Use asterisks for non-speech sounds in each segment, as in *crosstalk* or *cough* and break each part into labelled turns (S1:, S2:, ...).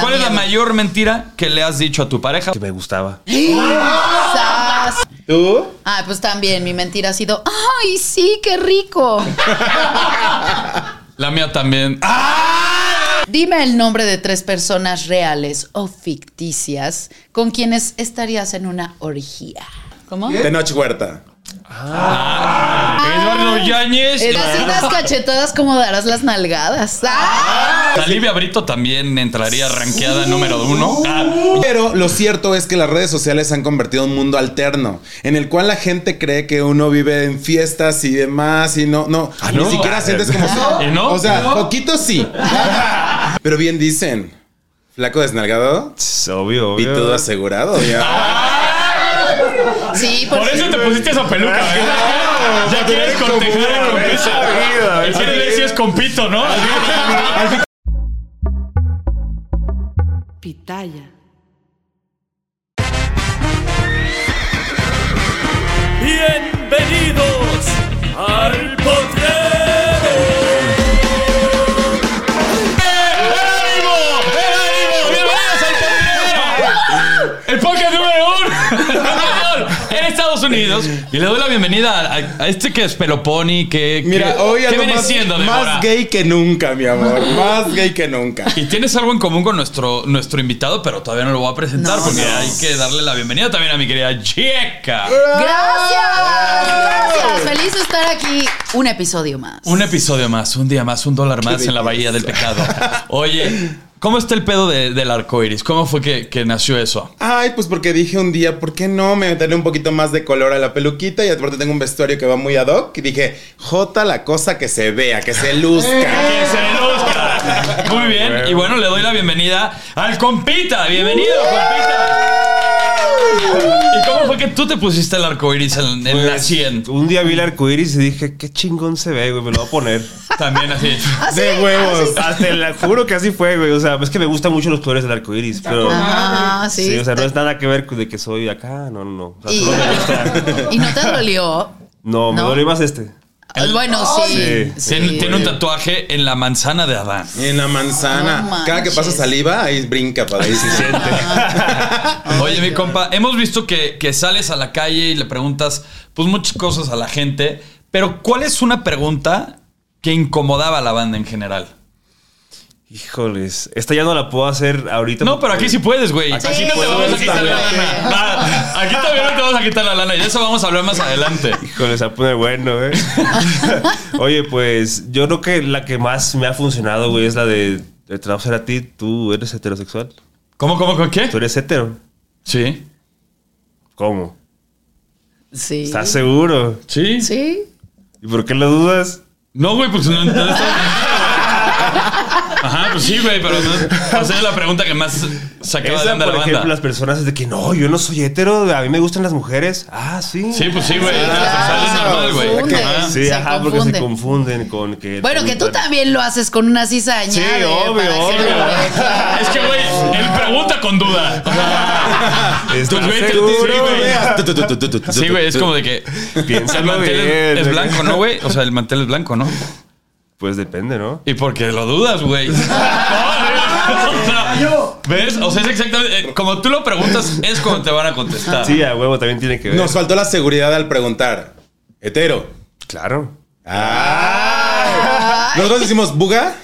S1: ¿Cuál es la mayor mentira que le has dicho a tu pareja?
S2: Que me gustaba.
S3: Sas.
S2: ¿Tú?
S3: Ah, pues también, mi mentira ha sido, ¡ay, sí, qué rico!
S1: La mía también. ¡Ah!
S3: Dime el nombre de tres personas reales o ficticias con quienes estarías en una orgía. ¿Cómo?
S4: De noche huerta.
S1: Eduardo Yáñez. y-
S3: Las unas cachetadas como darás las nalgadas. ¡Ah!
S1: Talibia Brito también entraría ranqueada número uno. Ah,
S4: Pero lo cierto es que las redes sociales han convertido en un mundo alterno, en el cual la gente cree que uno vive en fiestas y demás, y no, no, ni
S1: Ah, no. ¿eh?
S4: siquiera sientes como
S1: ¿Y no?
S4: O sea,
S1: ¿No?
S4: poquito sí.
S1: *laughs*
S4: Pero bien dicen, flaco desnalgado,
S2: Es obvio,
S4: y
S2: obvio.
S4: todo asegurado.
S1: Ah,
S4: ya.
S3: Sí,
S1: Por
S3: porque-
S1: eso te pusiste esa peluca, ¿verdad? Ya quieres cortejar a compita. Y quieres ver si es compito, ¿no?
S5: Pitaya.
S6: Bienvenidos al potrero.
S1: ¡Bienvenidos al Potrero! *laughs* El podcast número uno en Estados Unidos. Y le doy la bienvenida a, a- a este que es Peloponi, que, que-
S4: Mira, hoy
S1: que
S4: algo
S1: viene
S4: más,
S1: siendo, Débora?
S4: más gay que nunca, mi amor, más gay que
S1: *laughs*
S4: nunca.
S1: Y tienes algo en común con nuestro, nuestro invitado, pero todavía no lo voy a presentar
S3: No,
S1: porque
S3: no.
S1: hay que darle la bienvenida también a mi querida Checa.
S3: ¡Gracias! ¡Gracias! Feliz de estar aquí un episodio más.
S1: Un episodio más, un día más, un dólar más en la Bahía del Pecado. Oye, ¿cómo está el pedo de- del arco iris? ¿Cómo fue que, que nació eso?
S4: Ay, pues porque dije un día, ¿por qué no me darle un poquito más de color a la peluquita? Y aparte tengo un vestuario que va muy ad hoc. Y dije, Jota, la cosa que se vea, que se luzca.
S1: *laughs* ¡Que se luzca! Muy bien, y bueno, le doy la bienvenida al compita. Bienvenido, compita. ¿Y cómo fue que tú te pusiste el arco iris en, en la 100?
S2: Un día vi el arco iris y dije, qué chingón se ve, güey, me lo voy a
S3: *laughs*
S2: poner.
S1: También así.
S3: Así,
S4: de huevos.
S3: así.
S2: Hasta el juro que así fue, güey. O sea, es que me gustan mucho los colores del arco iris, pero.
S3: Ah, sí.
S2: Sí, o sea, no es nada que ver con de que soy acá, no, no, no. O sea,
S3: y,
S2: *laughs* solo me gusta.
S3: *laughs* y no te dolió.
S2: No, me
S3: ¿No?
S2: dolió más este.
S3: Bueno, sí.
S2: Sí.
S3: sí.
S1: Tiene, tiene un tatuaje en la manzana de Adán.
S4: En la manzana.
S3: No
S4: Cada que pasa
S3: manches. Ah.
S4: saliva, ahí brinca para ahí se siente. *laughs*
S1: Oye, mi compa, hemos visto que, que sales a la calle y le preguntas pues muchas cosas a la gente, pero ¿cuál es una pregunta que incomodaba a la banda en general?
S2: Híjoles, esta ya no la puedo hacer ahorita.
S1: No, pero aquí sí puedes, güey. Aquí
S3: sí
S1: no te
S3: puedo,
S1: vamos a
S3: sí
S1: quitar la
S3: puedo.
S1: lana. *laughs* Va, Aquí también no te vamos a quitar la lana y de eso vamos a hablar más adelante.
S2: Híjole, se va a poner
S3: *laughs*
S2: bueno, ¿eh? *laughs* Oye, pues yo creo que la que más me ha funcionado, güey, es la de. Te va a hacer a ti, tú eres heterosexual.
S1: ¿Cómo, cómo, con qué?
S2: Tú eres hetero.
S1: Sí.
S2: ¿Cómo?
S3: Sí.
S2: ¿Estás seguro?
S1: ¿Sí?
S3: Sí.
S2: ¿Y por qué lo dudas?
S1: No, güey, pues no. no está- Ajá, pues sí, güey, pero no. O sea, es la pregunta que más sacaba de
S2: Esa,
S1: onda a
S2: por
S1: la
S2: ejemplo,
S1: banda.
S2: las personas es de que no, yo no soy hetero, a mí me gustan las mujeres. Ah, sí.
S1: Sí, pues sí, güey.
S3: claro,
S1: Es normal, güey.
S3: confunde.
S1: Ajá.
S2: Sí,
S3: Se
S2: ajá, porque se confunden con que.
S3: Bueno, que tú
S2: gustan.
S3: también lo haces con una cizaña.
S2: Sí,
S3: de-
S2: obvio,
S3: para que-
S2: *laughs*
S1: Obvio. *laughs* Es que, güey, él pregunta con duda. O sea,
S2: ¿Estás
S1: Pues, güey, te-
S2: seguro,
S1: sí, güey.
S2: güey?
S1: Sí, güey, es como de que. El
S2: Piénsalo
S1: mantel es,
S2: bien.
S1: es blanco, ¿no, güey? O sea, el mantel es blanco, ¿no?
S2: Pues depende, ¿no?
S1: Y porque lo dudas, *laughs* güey. No, güey, o sea, ¿Ves? O sea, es exactamente. eh, Como tú lo preguntas, es como te van a contestar.
S2: Sí, a huevo también tiene que ver.
S4: Nos faltó la seguridad al preguntar. Hetero.
S2: Claro.
S4: Ah. Nosotros decimos buga.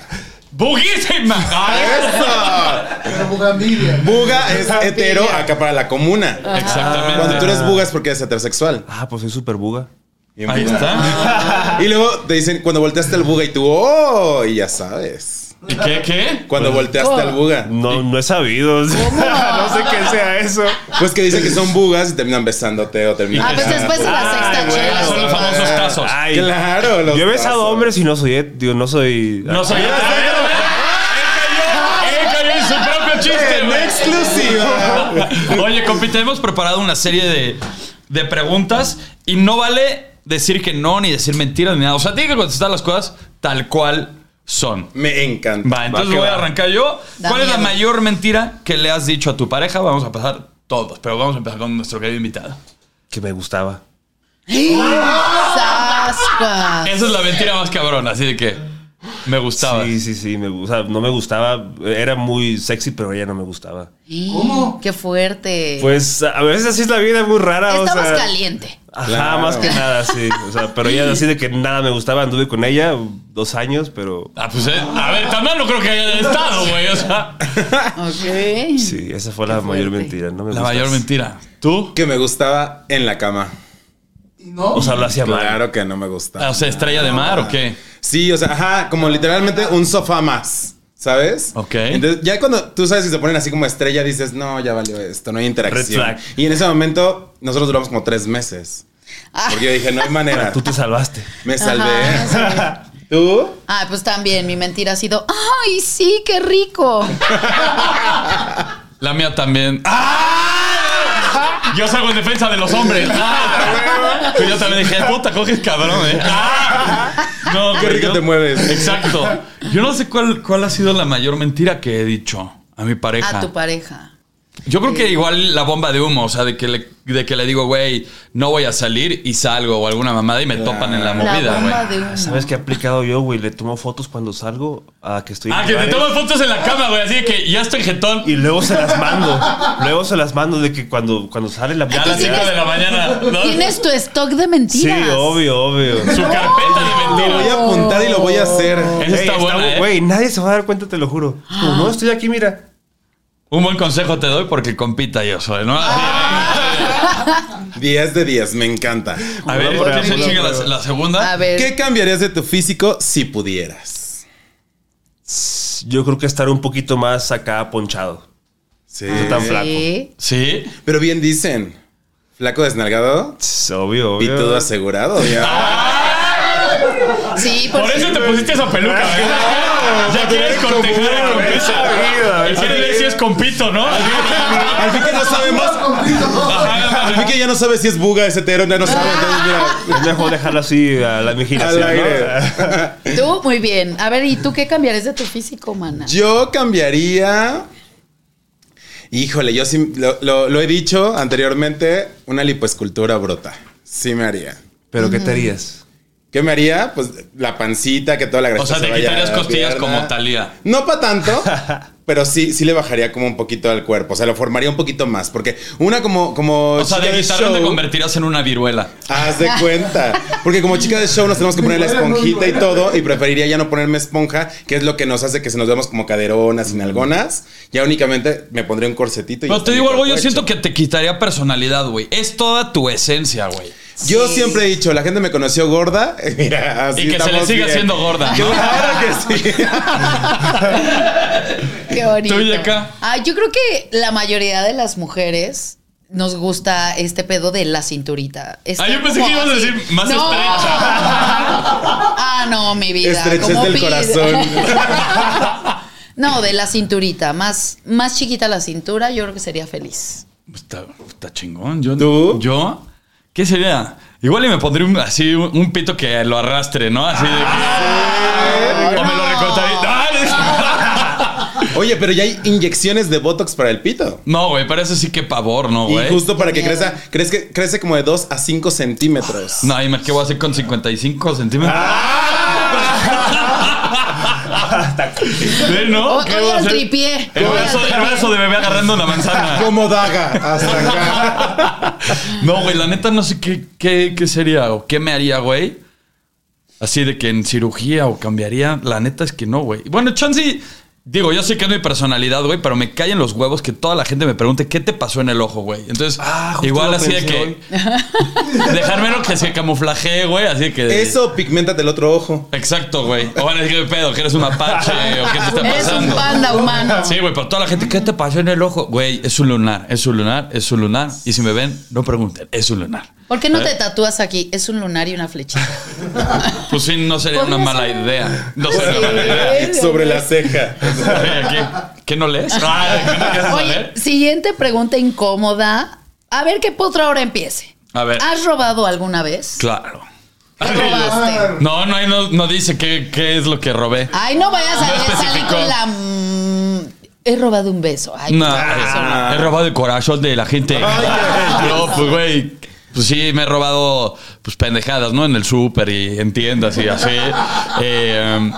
S1: ¡Buguísima! *laughs*
S4: ¡Eso!
S5: Pero bugambilia.
S4: Buga es hetero acá para la comuna.
S1: Exactamente.
S4: Cuando tú eres buga es porque eres heterosexual.
S2: Ah, pues soy súper buga.
S4: Bien
S1: Ahí
S4: buga.
S1: está.
S4: Y luego te dicen, cuando volteaste al buga y tú, ¡oh! Y ya sabes.
S1: ¿Y qué, qué?
S4: Cuando volteaste
S3: Oh.
S4: al buga.
S2: No, no he sabido. *laughs* no sé qué sea eso.
S4: Pues que dicen que son bugas y terminan besándote o terminan.
S3: Ah, pues después de la
S2: Ay,
S3: sexta
S2: güey,
S3: chela.
S1: Son los
S3: sí.
S1: famosos casos.
S2: Ay,
S4: Claro, los
S2: Yo he besado
S4: brazos.
S2: hombres y no soy. et- Digo, no soy. Ah,
S1: No soy. Él ¿eh? cayó en su propio chiste,
S4: En
S1: güey.
S4: exclusiva.
S1: *laughs* Oye, compita, hemos preparado una serie de, de preguntas y no vale decir que no, ni decir mentiras, ni nada. O sea, tiene que contestar las cosas tal cual son.
S4: Me encanta.
S1: Va, entonces
S4: que
S1: voy a
S4: va.
S1: arrancar yo.
S3: Da
S1: ¿Cuál es la
S3: miedo.
S1: mayor mentira que le has dicho a tu pareja? Vamos a pasar todos, pero vamos a empezar con nuestro querido invitado.
S2: *laughs* Que me gustaba.
S3: Sascua.
S1: Esa es la mentira más cabrona, así de que me gustaba.
S2: Sí, sí, sí. Me, gu- o sea, no me gustaba. Era muy sexy, pero ella no me gustaba.
S5: ¿Cómo?
S3: Qué fuerte.
S2: Pues a a veces así es la vida, es muy rara. o
S3: Estabas
S2: sea, *laughs*
S3: caliente.
S2: Ajá,
S4: Claro.
S2: más que nada, sí. O sea, pero ella así de que nada me gustaba. Anduve con ella dos años, pero.
S1: Ah, pues, eh, a ver, tan mal no creo que haya estado, güey. O sea,
S3: Ok.
S2: Sí, esa fue la mayor
S3: fuerte.
S2: mentira. No me
S1: la
S2: gustas.
S1: mayor mentira. ¿Tú?
S4: Que me gustaba en la cama.
S5: ¿Y no?
S2: O sea, lo hacía mal.
S4: Claro que no me
S1: Ah,
S4: gusta.
S1: O sea, estrella de mar o qué?
S4: Sí, o sea, ajá, como literalmente un sofá más. ¿Sabes?
S1: Ok.
S4: Entonces, ya cuando tú sabes que se ponen así como estrella, dices, no, ya valió esto, no hay interacción.
S2: Red flag.
S4: Y en ese momento, nosotros duramos como tres meses.
S3: Ah.
S4: Porque yo dije, no hay
S1: *laughs*
S4: manera.
S2: Tú te salvaste.
S4: Me salvé.
S3: Ajá,
S4: *laughs* ¿Tú?
S3: Ah, pues también mi mentira ha sido, ¡ay, sí, qué rico!
S1: La mía también. ¡Ah! Yo salgo en defensa de los
S4: *laughs*
S1: hombres. ¡Ah! Pero yo también dije, puta, coges cabrón, eh. ¡Ah! No,
S4: Qué
S1: güey,
S4: rico
S1: yo-
S4: te mueves.
S1: Exacto. Yo no sé cuál, cuál ha sido la mayor mentira que he dicho a mi pareja.
S3: A tu pareja.
S1: Yo creo que igual la bomba de humo, o sea, de que le, de que le digo, güey, no voy a salir y salgo o alguna mamada y me topan en la
S3: la
S1: movida, güey.
S3: bomba de humo.
S2: ¿Sabes qué he aplicado yo, güey? Le tomo fotos cuando salgo a que estoy. en
S1: Ah, que te
S2: lugares
S1: tomas fotos en la cama, güey, así de que ya estoy jetón.
S2: Y luego se las mando. luego se las mando de que cuando, cuando sale la
S1: Ya a las 5 de la mañana. ¿no?
S3: Tienes tu stock de
S2: Sí,
S3: mentiras.
S2: obvio, obvio.
S1: Su carpeta de
S4: Lo voy a
S1: mentiras.
S4: apuntar y lo voy a hacer.
S1: Esa
S2: Ey,
S1: está buena, ¿eh?
S2: Güey, nadie se va a dar cuenta, te lo juro. Es como, no, estoy aquí, mira.
S1: Un buen consejo te doy porque compita yo soy, ¿no?
S4: Ah. 10 de 10, me encanta.
S1: *laughs* a ver,
S2: Prueba,
S1: ¿quién se
S2: prueba,
S1: chinga la,
S2: prueba.
S1: la segunda?
S3: A ver.
S4: ¿Qué cambiarías de tu físico si pudieras?
S2: Yo creo que estar un poquito más acá ponchado.
S4: Sí.
S2: No tan flaco.
S3: Sí.
S1: Sí.
S4: Pero bien dicen, flaco desnalgado,
S2: Es Obvio, obvio.
S4: pitudo asegurado. Ya.
S3: Sí,
S1: Por
S3: porque-
S1: eso te pusiste esa peluca,
S4: Ah,
S2: Claro,
S1: ¿verdad? Ya
S2: para
S1: quieres
S2: tener
S1: cortejar a
S2: común,
S1: compita.
S2: güey.
S1: Y Quieres ver si es compito, ¿no?
S4: Al fin que no sabemos. Al fin que ya no sabe si es buga, es hetero, ya no sabe. Entonces, mira,
S2: Es mejor dejarlo así a la imaginación.
S4: al
S2: ¿no?
S4: aire.
S3: Tú, muy bien. A ver, ¿y tú qué cambiarías de tu físico, mana?
S4: Yo cambiaría. Híjole, yo sí lo, lo- lo he dicho anteriormente, una lipoescultura brota. Sí me haría.
S2: Pero ¿qué te harías?
S4: ¿Qué me haría? Pues la pancita, que toda la grasa.
S1: O sea,
S4: se
S1: te
S4: vaya a la
S1: quitarías costillas
S4: pierna.
S1: como Talía.
S4: No para
S1: *laughs*
S4: tanto, pero sí, sí le bajaría como un poquito al cuerpo. O sea, lo formaría un poquito más. Porque una como. como
S1: O sea, de guitarra te convertirás en una viruela.
S4: Haz de cuenta. Porque como chica de show nos tenemos que poner la esponjita y todo. Y preferiría ya no ponerme esponja, que es lo que nos hace que se nos veamos como caderonas, sin algonas. Ya únicamente me pondría un corsetito. Y
S1: Pero
S4: ya está
S1: te
S4: mi
S1: digo algo,
S4: cuerpo
S1: yo
S4: hecho.
S1: siento que te quitaría personalidad, güey. Es toda tu esencia, güey.
S4: Yo
S3: Sí.
S4: siempre he dicho, la gente me conoció gorda. *laughs* Mira, así
S1: Y que se le
S4: estamos
S1: siga
S4: bien.
S1: siendo gorda.
S4: Yo, claro que sí.
S3: Qué bonito.
S1: ¿Tú, Yeka?
S3: Ah, yo creo que la mayoría de las mujeres nos gusta este pedo de la cinturita. Está
S1: Ah, yo pensé
S3: como
S1: que ibas a
S3: así.
S1: decir más
S3: No.
S1: estrecha.
S3: *laughs* Ah, no, mi vida.
S4: Estrechez
S3: como
S4: del
S3: pide.
S4: corazón.
S3: *laughs* No, de la cinturita. Más, más chiquita la cintura, yo creo que sería feliz.
S1: Está, está chingón. Yo,
S4: ¿Tú?
S1: ¿Yo? ¿Qué sería? Igual y me pondría un- así un, un pito que lo arrastre, ¿no? Así de que- O me lo
S3: no.
S4: *laughs*
S1: recortaría. ¡Ah!
S4: Oye, pero ya hay inyecciones de Botox para el pito.
S1: No, güey, pero eso sí que pavor, ¿no,
S4: Y
S1: güey?
S4: justo para que
S3: Miedo.
S4: crezca, crece, crece como de 2 a 5 centímetros.
S1: No, y me qué voy a hacer con 55 centímetros.
S4: Ah. *laughs*
S1: ¿Ve, no?
S3: O-
S1: ¿Qué
S3: oye,
S1: voy a
S3: al
S1: hacer?
S3: tripié.
S1: El
S3: Oye,
S1: brazo,
S3: al
S1: el
S3: tripié.
S1: brazo de bebé agarrando una manzana.
S4: Como daga hasta acá.
S1: No, güey, la neta no sé qué, qué, qué sería o qué me haría, güey. Así de que en cirugía o cambiaría. La neta es que no, güey. Bueno, Chansey, digo, yo sé que es mi personalidad, güey, pero me caen los huevos que toda la gente me pregunte qué te pasó en el ojo, güey. Entonces,
S2: Ah, justo
S1: igual
S2: lo
S1: así de
S2: pensé
S1: que.
S2: hoy.
S1: *laughs* Dejármelo que se camuflaje, güey. Así que.
S4: Eso, pigmentate el otro ojo.
S1: Exacto, güey. O van a decir, ¿qué pedo? ¿Que eres un mapache?
S3: *laughs*
S1: ¿O qué te está
S3: Eres
S1: pasando?
S3: un panda humano.
S1: Sí, güey, pero toda la gente, ¿qué te pasó en el ojo? Güey, es un lunar, es un lunar, es un lunar. Y si me ven, no pregunten, es un lunar.
S3: ¿Por qué no te tatúas aquí? Es un lunar y
S1: *laughs*
S3: una flechita.
S1: Pues sí, no sería una
S3: Podría
S1: mala
S3: ser.
S1: idea. No sería una mala idea.
S4: *laughs* Sobre la ceja.
S1: Oye, ¿qué, qué no lees? Ah, ¿qué no quieres
S3: Oye,
S1: saber?
S3: siguiente pregunta incómoda. A ver qué potra ahora empiece.
S1: A ver.
S3: ¿Has robado alguna vez?
S1: Claro.
S3: Ah, ¿Qué robaste?
S1: No, no, ahí no, no dice qué, qué es lo que robé.
S3: Ay, no vayas
S1: No
S3: a salir
S1: especificó.
S3: con la. mm, he robado un beso. Ay,
S1: No,
S3: eso no.
S1: he robado el corazón de la gente. *laughs* No, pues, güey. Pues sí, me he robado pues pendejadas, ¿no? En el súper y en tiendas y así. Eh, em,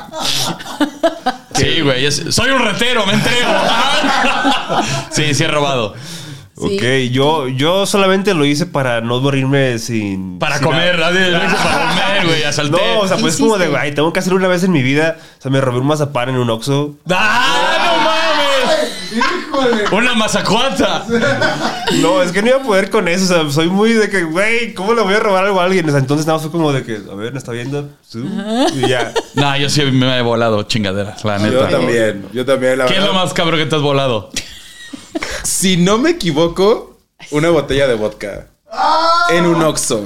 S1: sí, güey. es- Soy un retero, me entrego. *laughs* Sí, sí he robado.
S3: Sí.
S2: Ok, yo, yo solamente lo hice para no morirme sin.
S1: Para
S2: sin
S1: comer,
S2: nada.
S1: nadie lo
S2: *laughs*
S1: hizo *laughs* para comer, güey. Asalté.
S2: No, o sea, pues como de,
S3: Hiciste.
S2: ay, tengo que hacerlo una vez en mi vida. O sea, me robé un mazapán en un oxo.
S1: ¡Ah, no mames!
S5: Híjole.
S1: ¡Una mazacuata!
S2: No, es que no iba a poder con eso. O sea, soy muy de que, güey, ¿cómo le voy a robar algo a alguien? O sea, entonces nada más fue como de que, a ver, ¿no está viendo? Sí. Y ya.
S1: No, yo sí me he volado chingaderas, la
S4: Yo
S1: neta.
S4: también, yo también. La
S1: ¿Qué es
S4: verdad.
S1: lo más cabrón que te has volado?
S4: Si no me equivoco, una botella de vodka. En un oxo.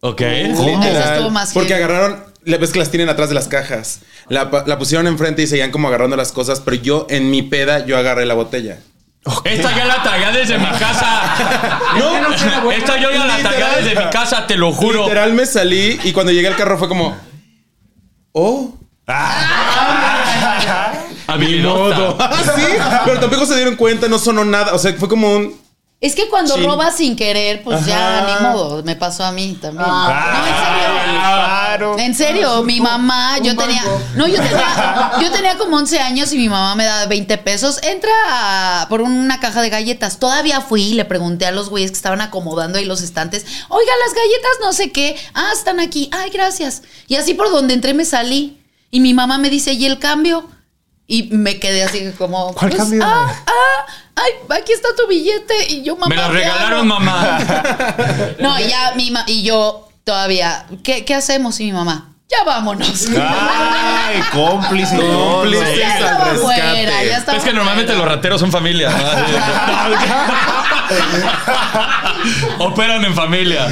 S1: Ok.
S3: Esa Ah. estuvo más
S4: Porque
S3: heavy.
S4: agarraron, la- ves que las tienen atrás de las cajas. La, pa- la pusieron enfrente y seguían como agarrando las cosas, pero yo en mi peda yo agarré la botella.
S1: Esta ya la tragué desde mi casa.
S4: No,
S1: Esta yo ya la
S4: Literal.
S1: tragué desde mi casa, te lo juro.
S4: Literal me salí y cuando llegué al carro fue como, oh.
S1: Habilidosa.
S4: sí, pero tampoco se dieron cuenta, no sonó nada. O sea, fue como un.
S3: Es que cuando
S4: Sí.
S3: robas sin querer, pues ya
S4: Ajá.
S3: ni modo. Me pasó a mí también.
S2: Ah.
S1: Ah,
S2: Claro.
S3: no, en serio. En serio, mi mamá, yo tenía.
S5: banco.
S3: No, yo
S2: *laughs*
S3: tenía. Yo tenía como 11 años y mi mamá me da 20 pesos. Entra a- por una caja de galletas. Todavía fui y le pregunté a los güeyes que estaban acomodando ahí los estantes. Oiga, las galletas no sé qué. Ah, están aquí. Ay, gracias. Y así por donde entré me salí. Y mi mamá me dice, ¿y el cambio? Y me quedé así como.
S2: ¿Cuál cambio?
S3: Ah, ah, ay, aquí está tu billete. Y yo, mamá.
S1: Me la
S3: ¿qué hago?".
S1: regalaron, mamá.
S3: No, y ya mi ma- y yo todavía, ¿qué, qué hacemos? Y mi mamá, ya vámonos.
S2: Ay, cómplice.
S4: *laughs*
S2: No, no.
S4: Cómplice.
S3: ya estaba
S4: al
S3: fuera,
S4: rescate.
S3: ya estaba
S1: Es que normalmente los
S3: fuera.
S1: rateros son familia. Operan en familia.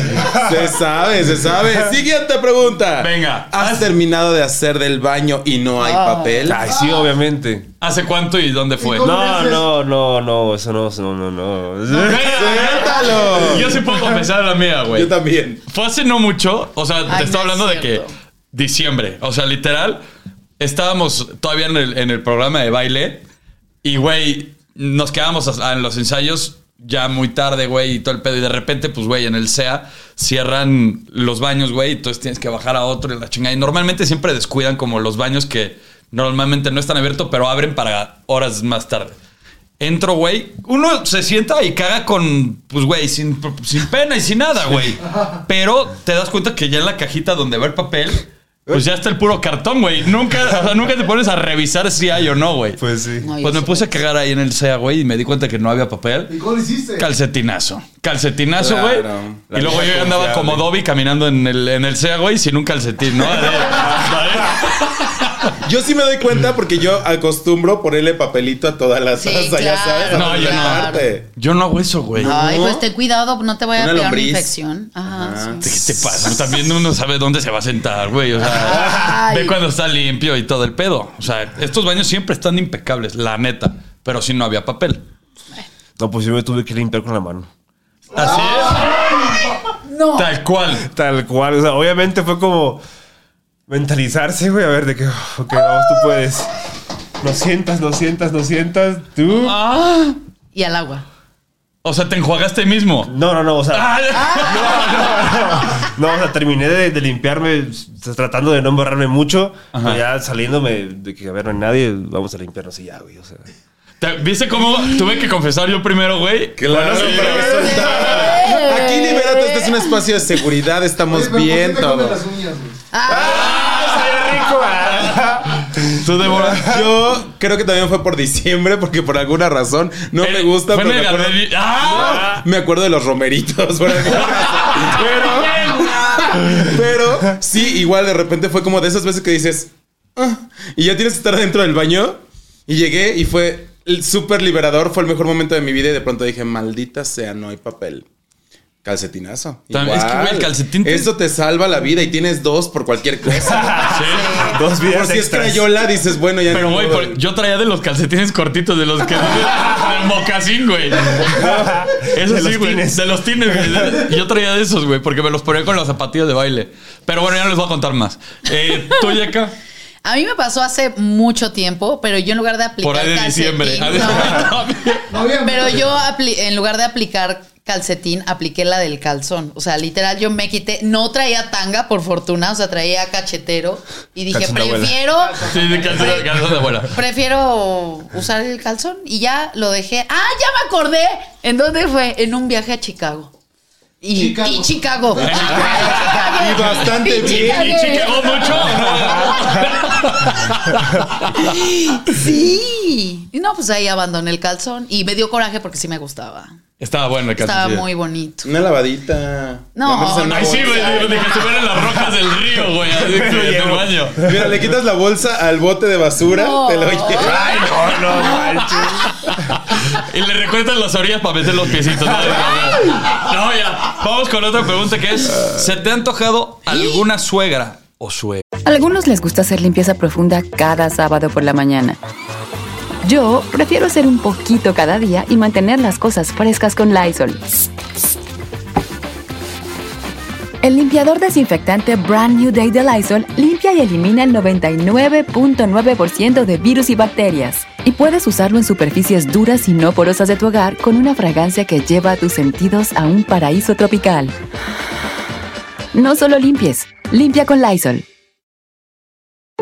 S4: Se sabe, se sabe. Siguiente pregunta.
S1: Venga.
S4: ¿Has terminado de hacer del baño y no hay
S3: Ah.
S4: papel?
S2: Ay, sí, obviamente.
S1: ¿Hace cuánto y dónde fue?
S5: ¿Y
S2: No, no, no, no, eso no, eso no, no, no.
S4: ¡Suéltalo!
S1: Yo sí puedo confesar la mía, güey.
S4: Yo también.
S1: Fue hace no mucho, o sea,
S3: Ay,
S1: te
S3: no
S1: estaba hablando
S3: es
S1: de que
S3: cierto.
S1: diciembre, o sea, literal, estábamos todavía en el, en el programa de baile y, güey, nos quedábamos a- a- en los ensayos ya muy tarde, güey, y todo el pedo. Y de repente, pues, güey, en el SEA cierran los baños, güey, y entonces tienes que bajar a otro y la chingada. Y normalmente siempre descuidan como los baños que normalmente no están abiertos, pero abren para horas más tarde. Entro, güey. Uno se sienta y caga con, pues, güey, sin, sin pena y sin nada, güey. Pero te das cuenta que ya en la cajita donde va el papel, pues ya está el puro cartón, güey. Nunca, o sea, nunca te pones a revisar si hay o no, güey. Pues,
S2: *laughs* Pues sí.
S3: No, yo
S1: me
S3: sí.
S1: puse a cagar ahí en el SEA, güey, y me di cuenta que no había
S5: ¿Y
S1: papel.
S5: cómo lo hiciste?
S1: Calcetinazo. Calcetinazo,
S4: Claro.
S1: güey.
S2: La
S1: y luego
S2: vieja
S1: yo andaba
S2: confiable.
S1: como Dobby caminando en el, en el SEA, güey, sin un calcetín, ¿no?
S4: Yo sí me doy cuenta porque yo acostumbro ponerle papelito a todas las
S3: Sí,
S4: salsas, ya
S3: claro.
S4: sabes. a
S1: No, yo no.
S4: completarte.
S1: Yo no hago eso, güey.
S3: Ay,
S4: No.
S3: pues ten cuidado, no te vaya a
S4: Una
S3: pegar una
S4: lombriz.
S3: infección. Ajá. sí.
S1: ¿Qué te pasa? También uno sabe dónde se va a sentar, güey. O sea,
S3: Ay.
S1: ve cuando está limpio y todo el pedo. O sea, estos baños siempre están impecables, la neta. Pero si no había papel.
S2: No, pues yo me tuve que limpiar con la mano.
S1: Así es. No. Tal cual.
S2: Tal cual, o sea, obviamente fue como mentalizarse, güey, a ver de qué, ok, vamos, tú puedes. No sientas, no sientas, no sientas, tú.
S1: Ah.
S3: Y al agua.
S1: O sea, te enjuagaste mismo.
S2: No, no, no, o sea,
S1: Ah.
S2: Ah, *laughs* no, o sea, terminé de, de limpiarme, s- tratando de no embarrarme mucho, pero ya saliéndome de que, a ver, no hay nadie, vamos a limpiarnos y ya, güey, o sea.
S1: ¿Te- ¿Viste cómo tuve que confesar yo primero, güey?
S4: Claro,
S1: Bueno, sí.
S4: para
S2: este
S3: Eh.
S4: resultar. Aquí, libérate, este es un espacio de seguridad, estamos
S5: Oye, pero ¿por qué
S4: bien
S5: te comes
S4: todo.
S5: las uñas, güey?
S3: Ah,
S2: rico! ah.
S1: Tú, Débora.
S4: Yo creo que también fue por diciembre, porque por alguna razón no
S1: Eh,
S4: me gusta.
S1: fue
S4: pero
S1: en
S4: me,
S1: el
S4: acuerdo,
S1: Gardel- ¡Ah!
S4: *laughs* me acuerdo de los romeritos. por alguna razón. Pero, pero sí, igual de repente fue como de esas veces que dices, "Ah", y ya tienes que estar dentro del baño. Y llegué y fue el súper liberador, fue el mejor momento de mi vida. Y de pronto dije, maldita sea, no hay papel. Calcetinazo.
S1: También- es que, güey, el calcetín te-
S4: Eso te salva la vida y tienes dos por
S1: *laughs*
S4: cualquier cosa.
S1: Sí.
S2: Dos
S4: por
S2: vidas
S4: si es
S2: extras. *laughs*
S4: crayola, dices, bueno, ya
S1: Pero,
S4: ni
S1: güey,
S4: modo.
S1: por- yo traía de los calcetines cortitos, de los que. *laughs* del mocasín, güey. Eso
S2: De
S1: sí,
S2: los
S1: güey.
S2: tines.
S1: De los tines, güey. *laughs* Yo traía de esos, güey, porque me los ponía con las zapatillas de baile. Pero bueno, ya no les voy a contar más. Eh, ¿Tú, Yeka?
S3: A mí me pasó hace mucho tiempo, pero yo en lugar de aplicar.
S1: Por ahí de *laughs*
S3: calcetín-
S1: diciembre. Ah,
S3: No,
S1: de-
S5: Noviembre.
S3: pero yo apli- en lugar de aplicar calcetín, apliqué la del calzón. O sea, literal, yo me quité. No traía tanga, por fortuna. O sea, traía cachetero. Y dije,
S2: Calzón de abuela.
S3: prefiero.
S1: Sí, de calzón, calzón de abuela.
S3: Prefiero usar el calzón y ya lo dejé. Ah, ya me acordé. ¿En dónde fue? En un viaje a Chicago. Y y
S5: Chicago.
S3: Chicago. Y, Chicago.
S4: *laughs* Y bastante bien.
S1: ¿Y oh, Chicago
S4: *laughs*
S1: mucho?
S3: *laughs* Sí. Y no, pues ahí abandoné el calzón y me dio coraje porque sí me gustaba.
S1: Estaba bueno el calzón.
S3: Estaba
S1: sí.
S3: muy bonito.
S4: Una lavadita.
S3: No,
S4: La metes en una
S1: Ay, sí, güey,
S4: bolsa.
S1: de de que estuvieran las rocas del río, güey, así que de tu baño.
S4: Mira, le quitas la bolsa al bote de basura,
S3: No.
S4: te lo llevas.
S2: ¡Ay, no, no manches!
S1: Y le recortan las orillas para meter los piecitos. No, No, ya. Vamos con otra pregunta que es: ¿Se te ha antojado alguna suegra o suegra?
S7: Algunos les gusta hacer limpieza profunda cada sábado por la mañana. Yo prefiero hacer un poquito cada día y mantener las cosas frescas con Lysol. El limpiador desinfectante Brand New Day de Lysol limpia y elimina el 99.9% de virus y bacterias. Y puedes usarlo en superficies duras y no porosas de tu hogar con una fragancia que lleva a tus sentidos a un paraíso tropical. No solo limpies, limpia con Lysol.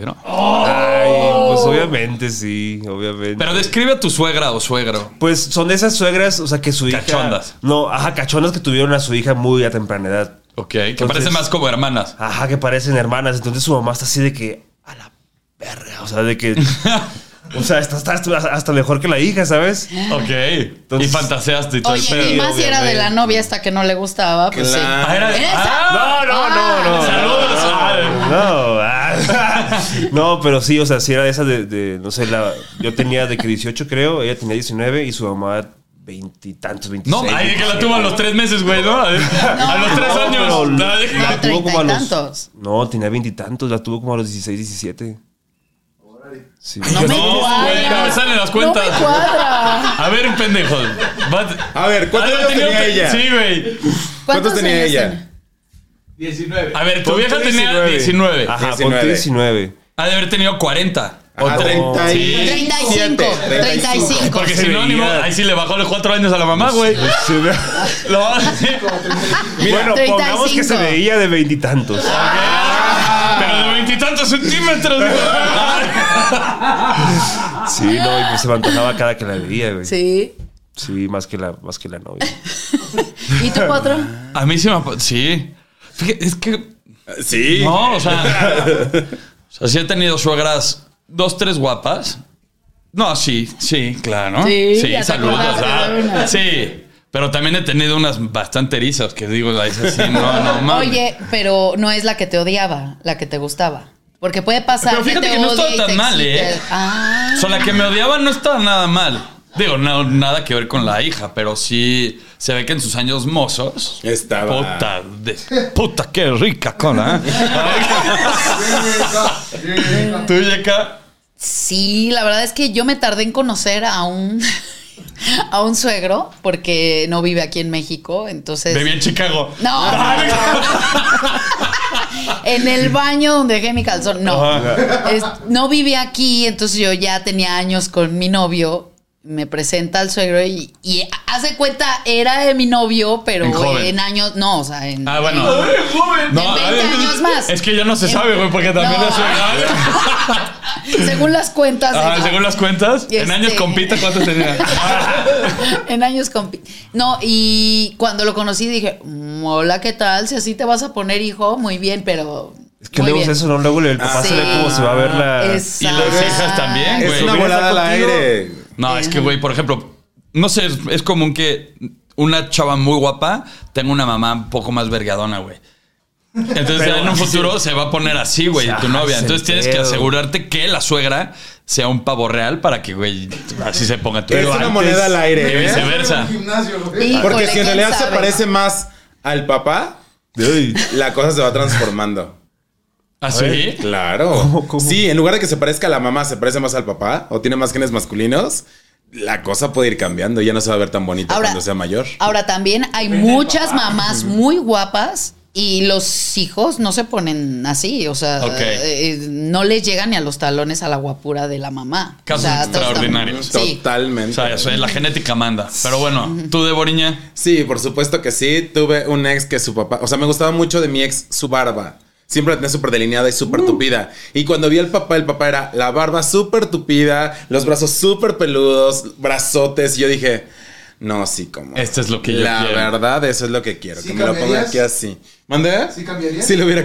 S1: ¿No?
S2: Ay, pues obviamente sí, obviamente.
S1: Pero describe a tu suegra o suegro.
S2: Pues son de esas suegras, o sea, que su hija.
S1: Cachondas.
S2: No, ajá, cachondas que tuvieron a su hija muy a temprana edad.
S1: Ok, que
S2: Entonces-
S1: parece más como hermanas.
S2: Ajá, que parecen hermanas. Entonces su mamá está así de que. A la verga. O sea, de que. o sea, está, está hasta- hasta mejor que la hija, ¿sabes?
S1: Ok. y fantaseaste y todo el
S3: Oh, Oye,
S1: pedo.
S3: y más si era de la novia esta que no le gustaba, pues *laughs* sí.
S4: Claro.
S1: Ah, era de-
S3: ¿Esa?
S1: Ah,
S2: No, no, no, no.
S1: Saludos.
S2: No, ah, *laughs* no, pero sí, o sea, sí era de esas de, de, no sé, la, yo tenía de que 18 creo, ella tenía 19 y su mamá veintitantos,
S1: No,
S2: veintiséis.
S1: ay, que la tuvo a los tres meses, güey, ¿no? A a los tres
S2: No,
S1: años.
S2: pero
S1: La-
S3: No, treinta y tantos.
S2: No, tenía veintitantos, la tuvo como a los 16, 17. Sí.
S3: No me
S1: Ah, No, güey, no me
S3: cuadra.
S1: salen las
S3: No
S1: cuentas.
S3: me cuadra.
S1: A ver, pendejos. Va-
S4: A ver, ¿cuántos
S1: Ha de
S4: años
S1: haber
S4: tenía
S1: tenido-
S4: ella?
S1: Sí, güey.
S4: ¿Cuántos tenía
S3: años
S4: ella?
S3: tenía?
S5: 19.
S1: A ver, tu
S2: Ponte Ah.
S1: vieja tenía 19.
S2: Ajá,
S4: 19.
S2: ponte 19.
S1: Ha de haber tenido 40.
S4: A 30 Ah, y...
S3: 35. 35.
S1: Porque si
S2: se
S1: no, ni
S2: veía.
S1: modo, ahí sí le bajó los cuatro años a la mamá, güey.
S4: *laughs*
S1: Lo va a decir.
S2: bueno, pongamos que se
S3: 35.
S2: veía de veintitantos.
S1: Pero de veintitantos centímetros, güey.
S2: Sí, no, y pues se me antojaba cada que la veía, güey. Sí,
S3: Sí.
S2: más, que la, más que la novia.
S3: ¿Y tú cuatro?
S1: A mí sí me. ap- Sí. Fíjate, es que.
S4: Sí.
S1: No, o sea. O sea, sí he tenido suegras dos, tres guapas. No, sí, sí, claro.
S3: Sí, ya te
S1: saludos.
S3: acordaste
S1: ah,
S3: de una.
S1: sí. Pero también he tenido unas bastante erizas que digo, la hice así, no,
S3: *laughs*
S1: no,
S4: Ah.
S1: mames.
S3: Oye, pero no es la que te odiaba, la que te gustaba. Porque puede pasar
S1: Pero fíjate
S3: que te
S1: que no
S3: odie
S1: estaba
S3: y
S1: tan
S3: te
S1: mal,
S3: excite.
S1: ¿eh?
S3: Ah.
S1: O sea, la que me odiaba no estaba nada mal. Digo, no, nada que ver con la hija, pero sí se ve que en sus años mozos.
S4: Estaba-
S1: Puta, de, puta, qué rica cola,
S3: *laughs*
S1: ¿eh? Tú, Yeka.
S3: Sí, la verdad es que yo me tardé en conocer a un *laughs* a un suegro
S1: *laughs*
S3: porque no vive aquí en México, entonces
S1: Bebí en Chicago.
S3: No.
S1: Ay,
S3: en el baño donde dejé mi calzón. No. Es- no vivía aquí, entonces yo ya tenía años con mi novio. Me presenta al suegro y, y hace cuenta, era de mi novio, pero
S1: En joven.
S3: en años. No, o sea, en.
S1: Ah, bueno.
S3: En 20 años más.
S1: Es que ya no se sabe, güey, porque también
S3: No.
S1: ya se
S3: Según las cuentas.
S1: Ah,
S3: en-
S1: según las cuentas, en
S3: Este-
S1: años compita, ¿cuántos tenía?
S3: *laughs* en años compi. No, y cuando lo conocí dije, "Mm, hola, ¿qué tal? Si así te vas a poner hijo, muy bien, pero.
S2: Es que
S3: muy
S2: luego es
S3: bien".
S2: eso, ¿no? Luego el papá se ve
S3: Sí.
S2: cómo se va a ver la.
S3: Exacto.
S1: Y las hijas también,
S4: Es
S1: güey.
S4: una volada al aire.
S1: No, es que, güey, por ejemplo, no sé, es, es común que una chava muy guapa tenga una mamá un poco más vergadona, güey. Entonces,
S2: Pero
S1: en un
S2: así-
S1: futuro se va a poner así, güey, tu
S2: Ajá,
S1: novia.
S2: es
S1: Entonces
S2: el
S1: tienes que
S2: pedo.
S1: asegurarte que la suegra sea un pavo real para que, güey, así se ponga tu
S4: Es
S1: Pero
S4: una
S1: antes,
S4: moneda al aire,
S1: Y
S4: ¿eh?
S1: viceversa.
S5: En el gimnasio, ¿no?
S3: Y-
S4: Porque
S3: Híjole,
S4: si en
S3: ¿quién
S4: realidad se
S3: sabe?
S4: parece más al papá, la cosa se va transformando.
S1: ¿Así?
S4: Claro. Sí, en lugar de que se parezca a la mamá, se parece más al papá o tiene más genes masculinos, la cosa puede ir cambiando. Ya no se va a ver tan bonita
S3: Ahora-
S4: cuando sea mayor.
S3: Ahora también hay muchas mamás muy guapas y los hijos no se ponen así, o sea,
S1: Ok.
S3: eh, eh, no les llegan ni a los talones a la guapura de la mamá.
S1: Casos
S3: O sea, todos
S1: extraordinarios.
S3: están- Sí.
S4: Totalmente.
S1: O sea, eso es, la genética manda. Pero bueno, tú, Deboriña.
S4: Sí, por supuesto que sí. Tuve un ex que su papá. O sea, me gustaba mucho de mi ex su barba. Siempre la tenía súper delineada y
S1: Mm.
S4: súper tupida. Y cuando vi al papá, el papá era la barba súper tupida, los brazos súper peludos, brazotes. Y yo dije, no, sí, como.
S1: Esto es lo que yo
S4: La
S1: quiero.
S4: verdad, eso es lo que quiero.
S5: ¿Sí
S4: que me lo ponga
S5: cambiarías?
S4: aquí así. ¿Mandé?
S5: ¿Sí cambiarías?
S4: Sí, lo hubiera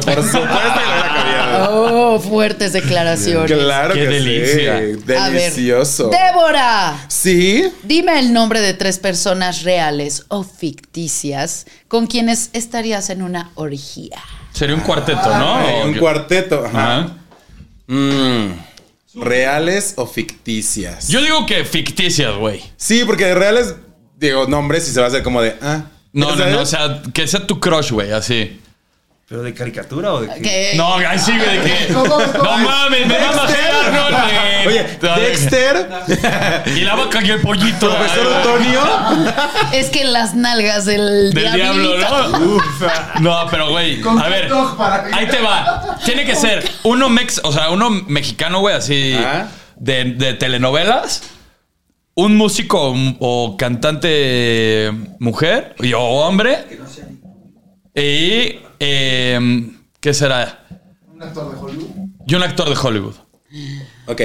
S5: *laughs*
S4: Por supuesto que lo hubiera cambiado.
S3: Oh, fuertes declaraciones.
S4: Claro
S1: Qué
S4: que
S1: delicia.
S4: sí.
S3: A ver,
S4: Delicioso.
S3: Débora,
S4: Sí.
S3: dime el nombre de tres personas reales o ficticias con quienes estarías en una orgía.
S1: Sería un cuarteto, ¿no?
S4: Ay, Ah, un
S1: ¿O qué?
S4: cuarteto. Ajá.
S1: Ajá.
S4: Mm, ¿Reales o ficticias?
S1: Yo digo que ficticias, güey.
S4: Sí, porque de reales, digo, nombres y se va a hacer como de. Ah,
S1: No, no,
S4: ¿sabes?
S1: no, o sea, que sea tu crush, güey, así.
S2: ¿Pero de caricatura o de qué?
S3: Que-
S1: No, ahí sí, güey, de que.
S5: Eh, ¿Cómo, cómo?
S1: No mames, me vas a hacer Arnold, güey.
S4: Oye,
S1: A ver,
S4: Dexter,
S1: Y la vaca y el pollito.
S4: *laughs* profesor
S1: ay,
S4: Antonio.
S3: Es que las nalgas del,
S1: Del diablo,
S3: diablito.
S1: ¿no? No, pero güey,
S5: Con
S1: a ver.
S5: TikTok para-
S1: Ahí te va. Tiene que ser uno mex, o sea, uno mexicano, güey, así
S4: Ajá.
S1: de, de telenovelas. Un músico o, o cantante mujer y- o hombre. Y. eh, ¿Qué será?
S5: Un actor de Hollywood.
S1: Y un actor de Hollywood.
S4: ok.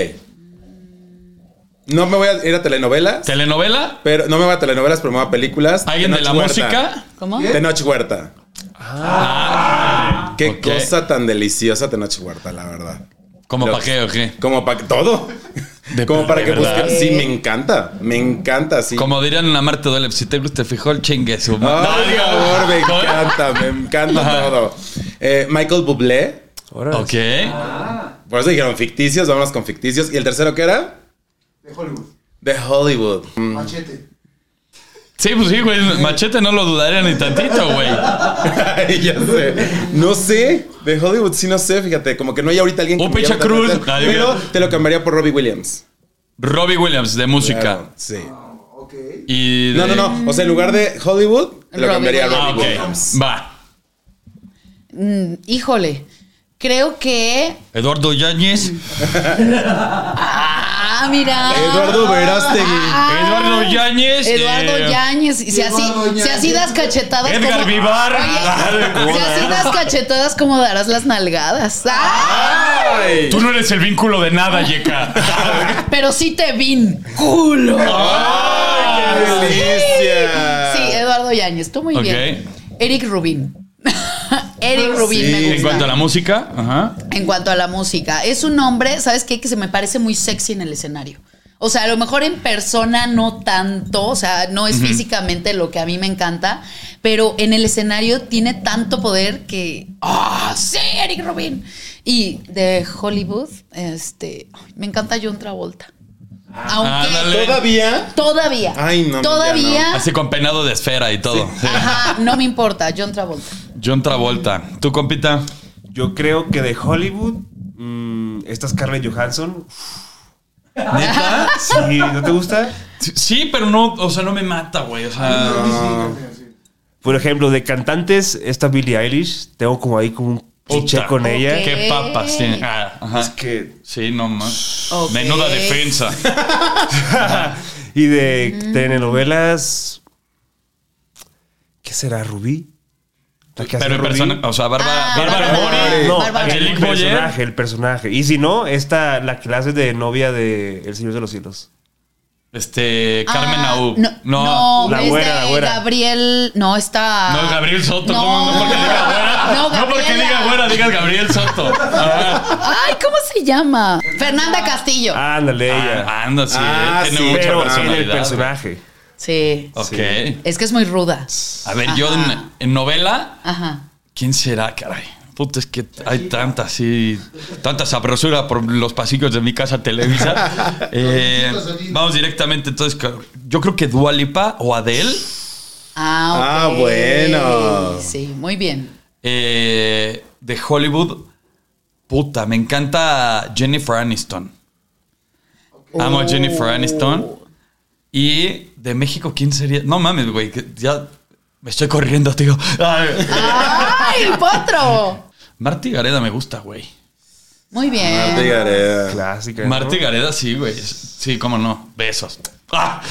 S4: No me voy a ir a telenovelas.
S1: ¿Telenovela?
S4: pero no me voy a telenovelas, pero me voy a películas.
S1: ¿Alguien de
S4: Tenoch
S1: la
S4: Huerta.
S1: música? Ah.
S3: ¿Cómo?
S4: Tenoch Huerta. Qué
S1: ok.
S4: cosa tan deliciosa Tenoch Huerta, la verdad.
S1: ¿Como
S4: Los-
S1: pa' qué o qué?
S4: Como para todo. como para
S1: de
S4: que
S1: verdad.
S4: busquen. Sí, me encanta. Me encanta, sí. Ah.
S1: Como dirían en la Marte duele, si te gusta el frijol, chingue su madre.
S4: Ay,
S1: No,
S4: amor, me
S1: no.
S4: encanta, me encanta todo. Eh, Michael Bublé.
S2: Ahora.
S1: Ok.
S4: Por eso dijeron ficticios, vámonos con ficticios. ¿Y el tercero qué era?
S5: De Hollywood.
S4: De Hollywood. Mm.
S5: Machete.
S1: Sí, pues sí, güey. Machete no lo dudaría ni tantito, güey.
S4: Ay, ya sé. No sé. De Hollywood sí no sé, fíjate. Como que no hay ahorita alguien que
S1: Un
S4: me llame
S1: pinche Cruz.
S4: la atención.
S1: Ay,
S4: Pero
S1: mira.
S4: te lo cambiaría por Robbie Williams.
S1: Robbie Williams, de música.
S4: Claro, sí.
S5: Ok.
S1: Y de-
S4: No, no, no. O sea, en lugar de Hollywood, te lo
S3: Robbie
S4: cambiaría a
S3: Williams.
S1: Ah, ok.
S4: Robbie Williams.
S1: Va.
S3: Mm, híjole, creo que.
S1: Eduardo Yáñez.
S3: Ah, mira.
S4: Eduardo Verástegui.
S3: Ah,
S1: Eduardo Yáñez.
S3: Eduardo
S1: eh,
S3: Yáñez. Si así,
S5: Eduardo Yáñez.
S3: si así das cachetadas.
S1: Edgar
S3: ¿cómo-
S1: Vivar. Ah,
S3: Oye, si así
S1: ¿eh?
S3: das cachetadas, ¿cómo darás las nalgadas? Ah,
S4: Ay.
S1: Tú no eres el vínculo de nada, Yeka.
S3: *laughs* Ah, Pero sí te vin. ¡Culo!
S4: ¡Ay, qué delicia!
S3: Sí, Eduardo Yáñez. Tú muy
S1: Ah, Ok.
S3: bien. Eric Rubin. *laughs*
S5: Ah,
S3: Eric Rubin me gusta.
S1: en cuanto a la música, ajá.
S3: En cuanto a la música, es un hombre, ¿sabes qué? Que se me parece muy sexy en el escenario. O sea, a lo mejor en persona no tanto, o sea, no es físicamente lo que a mí me encanta, pero en el escenario tiene tanto poder que. ¡Ah, sí, Eric Rubin! Y de Hollywood, este. ay, Me encanta John Travolta. Aunque.
S1: Ah, Ándale.
S4: Todavía.
S3: Todavía.
S4: Ay, no,
S3: Todavía.
S1: Así con peinado de esfera y todo. Sí.
S3: Ajá, no me importa, John Travolta.
S1: John Travolta. ¿Tú, compita?
S2: Yo creo que de Hollywood, mm, esta es Scarlett Johansson.
S1: ¿Neta?
S2: Sí, ¿no te gusta?
S1: Sí, pero no, o sea, no me mata, güey. O sea,
S5: Sí, sí, sí, sí.
S2: Por ejemplo, de cantantes, esta Billie Eilish, tengo como ahí como un cliché
S1: Puta,
S2: con ella.
S3: ok.
S1: Qué papas tiene. Ah, ajá.
S2: Es que *laughs*
S1: Sí, no más.
S3: Ok.
S1: Menuda defensa.
S2: Y de telenovelas. ¿Qué será? ¿Rubí? ¿La que hace
S1: Pero en
S2: Rubí?
S1: persona, o sea, Bárbara,
S3: Ah,
S1: Bárbara
S3: Bárbara.
S1: Mori.
S2: No,
S3: Bárbara.
S2: el
S1: Angelique Boyer.
S2: personaje, el personaje. Y si no, esta, la clase de novia de El Señor de los Cielos.
S1: Este, Carmen
S3: Ah,
S1: Aú.
S3: No, no,
S2: La
S3: es
S2: güera,
S3: de
S2: la güera.
S3: Gabriel, no, está.
S1: No, Gabriel Soto. No, no porque diga güera. No,
S3: ah, No,
S1: porque
S3: Gabriela.
S1: diga güera, digas Gabriel Soto.
S2: *laughs*
S1: Ah,
S3: Ay, ¿cómo se llama? Fernanda Castillo.
S2: Ándale, ella.
S1: ah, anda, sí.
S4: Ah,
S1: eh, tiene
S4: sí,
S1: mucha
S2: Pero en
S1: personalidad.
S2: el personaje.
S3: Sí.
S1: Ok.
S3: Es que es muy ruda.
S1: A ver, yo en, en novela,
S3: Ajá.
S1: ¿quién será, caray? Puta, es que hay tanta, sí, tanta sabrosura por los pasillos de mi casa
S2: *laughs*
S1: Televisa. Eh, vamos directamente, entonces, yo creo que Dualipa o Adele.
S3: Ah,
S4: Ah,
S3: ok.
S4: bueno.
S3: Sí, muy bien.
S1: Eh, de Hollywood. Puta, me encanta Jennifer Aniston. Amo a Jennifer Aniston.
S4: Oh.
S1: Y de México, ¿quién sería? No mames, güey, que ya me estoy corriendo, tío. Ay.
S4: Ah.
S3: ¡Ay, potro!
S1: Marty Gareda me gusta, güey.
S3: Muy
S4: Marta y
S3: bien.
S4: Gareda.
S2: Clásica. ¿no?
S1: Marty Gareda, sí, güey. Sí, cómo no. Besos.
S4: *laughs*
S1: Ah.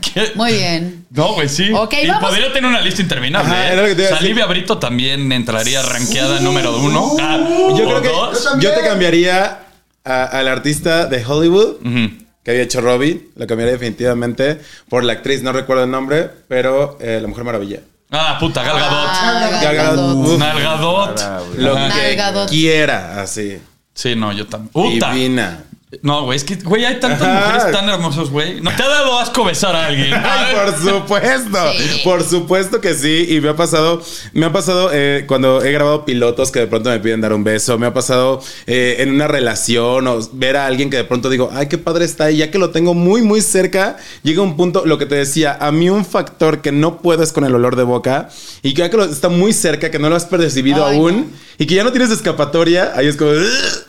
S1: ¿Qué?
S3: Muy bien.
S1: No, güey, sí.
S3: Ok,
S1: y
S3: vamos.
S1: podría tener una lista interminable.
S4: Ajá,
S1: ¿eh?
S4: era lo que te iba a decir.
S1: Salivia Brito también entraría rankeada número uno. Ah,
S4: Yo
S1: o
S4: creo
S1: dos.
S4: que yo te cambiaría a- al artista de Hollywood
S1: Ujú.
S4: que había hecho Robbie. Lo cambiaría definitivamente por la actriz, no recuerdo el nombre, pero eh, La Mujer Maravilla.
S1: Ah, puta, Gal Gadot.
S3: Ah,
S4: Gal Gadot.
S3: Gadot.
S4: Uf,
S1: Nalgadot.
S4: lo
S1: Ajá.
S4: que
S3: Nalga Dot.
S4: quiera, así.
S1: Sí, no, yo también. Puta.
S4: Divina.
S1: No, güey, es que, güey, hay tantas
S4: Ajá.
S1: mujeres tan hermosas, güey. ¿No te ha dado asco besar a alguien?
S4: Ay, por supuesto,
S3: Sí.
S4: por supuesto que sí. Y me ha pasado, me ha pasado eh, cuando he grabado pilotos que de pronto me piden dar un beso. Me ha pasado eh, en una relación o ver a alguien que de pronto digo, ay, qué padre está. Y ya que lo tengo muy, muy cerca, llega un punto, lo que te decía, a mí un factor que no puedo es con el olor de boca y que ya que lo, está muy cerca, que no lo has percibido
S3: Ay,
S4: aún y que ya no tienes escapatoria, ahí es como, *laughs* "Ugh",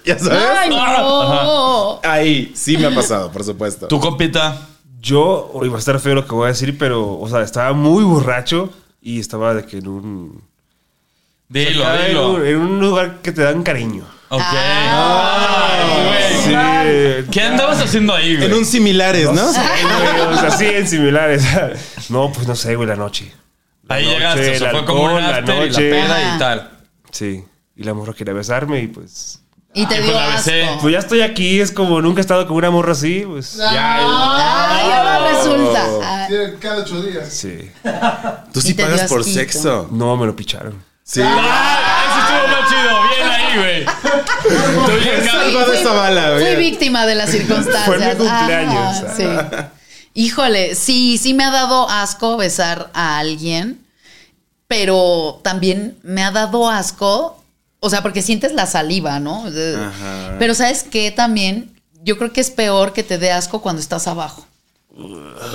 S4: ya sabes.
S3: ¡Ay, no!
S4: Ahí sí me ha pasado, por supuesto.
S1: Tu compita.
S2: Yo, hoy va a estar feo lo que voy a decir, pero, o sea, estaba muy borracho y estaba de que en un.
S1: Dilo,
S2: estaba en
S1: dilo.
S2: un- en un lugar que te dan cariño.
S1: Ok.
S3: Ay,
S1: Ay, güey.
S2: Sí.
S1: ¿Qué andabas haciendo ahí, güey?
S4: En un similares, ¿no?
S2: Sí, güey, o sea, sí, en similares. *laughs* No, pues no sé, güey, la noche. La
S1: Ahí
S2: noche,
S1: llegaste, o sea,
S2: el
S1: fue como un
S2: alcohol, la
S1: after y la
S2: noche.
S1: peda
S3: Ajá.
S1: y tal.
S2: Sí. Y la morra quería besarme y pues.
S3: Y te
S1: pues
S3: dio
S1: la besé.
S3: asco.
S2: Pues ya estoy aquí, es como nunca he estado con una morra así, pues.
S3: Ay, ahora resulta. Ah,
S5: Tiene cada ocho días.
S2: Sí.
S4: Tú
S3: Y
S4: sí
S3: te dio
S4: pagas por
S3: asquito.
S4: sexo.
S2: No, me lo picharon.
S4: Sí.
S1: Ah, eso estuvo más chido. Bien ahí, güey. Tú bien,
S3: fui-
S4: Salva de
S3: fui-
S4: esa bala,
S3: Fui
S4: bien.
S3: víctima de las circunstancias.
S2: Fue mi cumpleaños.
S3: Ajá, sí. Híjole, sí, sí me ha dado asco besar a alguien, pero también me ha dado asco, o sea, porque sientes la saliva, ¿no? Pero sabes qué también, yo creo que es peor que te dé asco cuando estás abajo.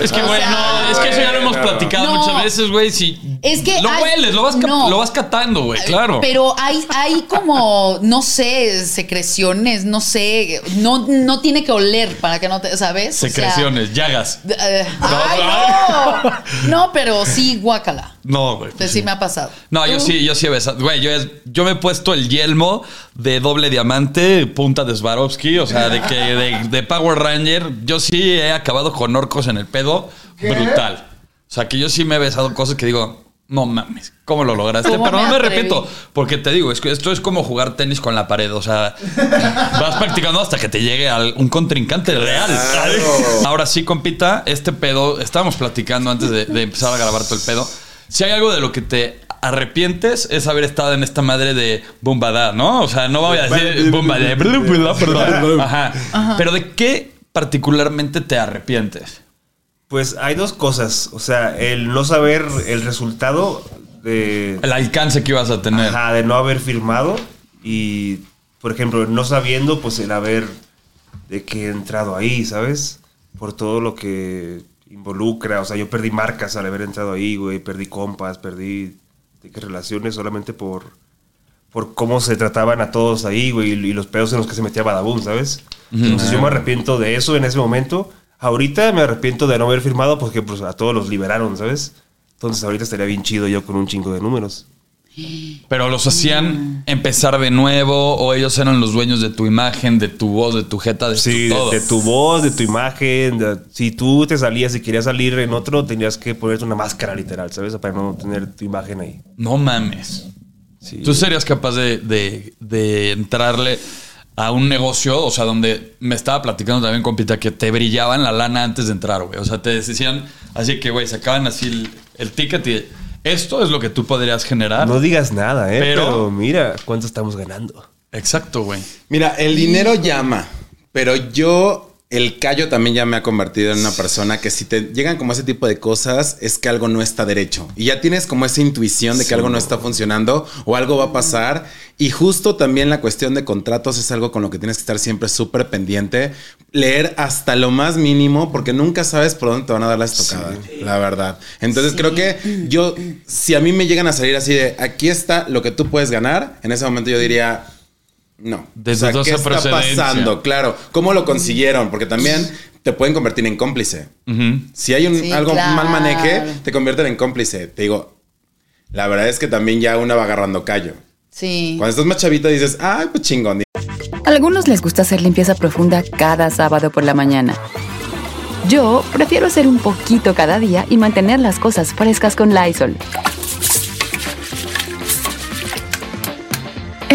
S1: Es que,
S3: O
S1: güey,
S3: sea,
S1: no, es que eso ya lo hemos platicado
S3: No.
S1: muchas veces, güey. Si
S3: Es que
S1: lo
S3: hay-
S1: hueles, lo vas, cap-
S3: no.
S1: lo vas catando, güey, claro.
S3: Pero hay, hay como, no sé, secreciones, no sé, no, no tiene que oler para que no te, ¿sabes? O sea,
S1: Secreciones, llagas.
S3: d- eh,
S1: No,
S3: ¡Ay, no! No, pero sí, guácala.
S1: No, güey.
S3: Entonces sí Uh. me ha pasado.
S1: No, yo
S3: ¿Tú?
S1: sí, yo sí he besado. Güey, yo, es- yo me he puesto el yelmo de doble diamante, punta de Swarovski, o sea, de que de, de Power Ranger. Yo sí he acabado con orcos en el pedo. Brutal. O sea, que yo sí me he besado cosas que digo, no mames, ¿cómo lo lograste?
S3: ¿Cómo
S1: Pero
S3: me
S1: no me
S3: atreví?
S1: repito, porque te digo, es que esto es como jugar tenis con la pared. O sea, vas practicando hasta que te llegue al- un contrincante real. ¿sabes? Ahora sí, compita, este pedo, estábamos platicando antes de, de empezar a grabar todo el pedo. Si hay algo de lo que te arrepientes es haber estado en esta madre de bombada, ¿no? O sea, no voy a decir bombada, perdón. Ajá. Pero ¿de qué particularmente te arrepientes?
S2: Pues hay dos cosas. O sea, el no saber el resultado de.
S1: El alcance que ibas a tener.
S2: Ajá, de no haber firmado y, por ejemplo, no sabiendo, pues el haber de que he entrado ahí, ¿sabes? Por todo lo que involucra, o sea, yo perdí marcas al haber entrado ahí, güey, perdí compas, perdí de que relaciones solamente por, por cómo se trataban a todos ahí, güey, y, y los pedos en los que se metía Badaboom, ¿sabes? Entonces yo me arrepiento de eso en ese momento. Ahorita me arrepiento de no haber firmado porque pues, a todos los liberaron, ¿sabes? Entonces ahorita estaría bien chido yo con un chingo de números.
S1: Pero los hacían empezar de nuevo o ellos eran los dueños de tu imagen, de tu voz, de tu jeta, de
S2: Sí,
S1: tu
S2: de,
S1: todo.
S2: de tu voz, de tu imagen. de- si tú te salías y querías salir en otro, tenías que ponerte una máscara literal, ¿sabes? Para no tener tu imagen ahí.
S1: No mames.
S2: Sí.
S1: ¿Tú serías capaz de, de- de entrarle a un negocio, o sea, donde me estaba platicando también con Pita que te brillaban la lana antes de entrar, güey? O sea, te decían, así que, güey, sacaban así el, el ticket y esto es lo que tú podrías generar.
S2: No digas nada, ¿eh?
S1: Ah. Pero-
S2: Pero, mira cuánto estamos ganando.
S1: Exacto, güey.
S4: Mira, el dinero llama, pero yo, el callo también ya me ha convertido en una persona que si te llegan como ese tipo de cosas, es que algo no está derecho. Y ya tienes como esa intuición de que algo no está funcionando o algo va a pasar. Y justo también la cuestión de contratos es algo con lo que tienes que estar siempre súper pendiente. Leer hasta lo más mínimo, porque nunca sabes por dónde te van a dar la estocada, la verdad. Entonces creo que yo, si a mí me llegan a salir así de aquí está lo que tú puedes ganar, en ese momento yo diría. No.
S1: Desde
S4: ¿qué
S1: dudosa
S4: está
S1: procedencia.
S4: pasando? Claro. ¿Cómo lo consiguieron? Porque también te pueden convertir en cómplice.
S1: Ujú.
S4: Si hay un,
S3: Sí,
S4: algo
S3: claro.
S4: mal maneje, te convierten en cómplice. Te digo, la verdad es que también ya una va agarrando callo.
S3: Sí.
S4: Cuando estás más chavita dices, ay, pues chingón.
S7: Algunos les gusta hacer limpieza profunda cada sábado por la mañana. Yo prefiero hacer un poquito cada día y mantener las cosas frescas con Lysol.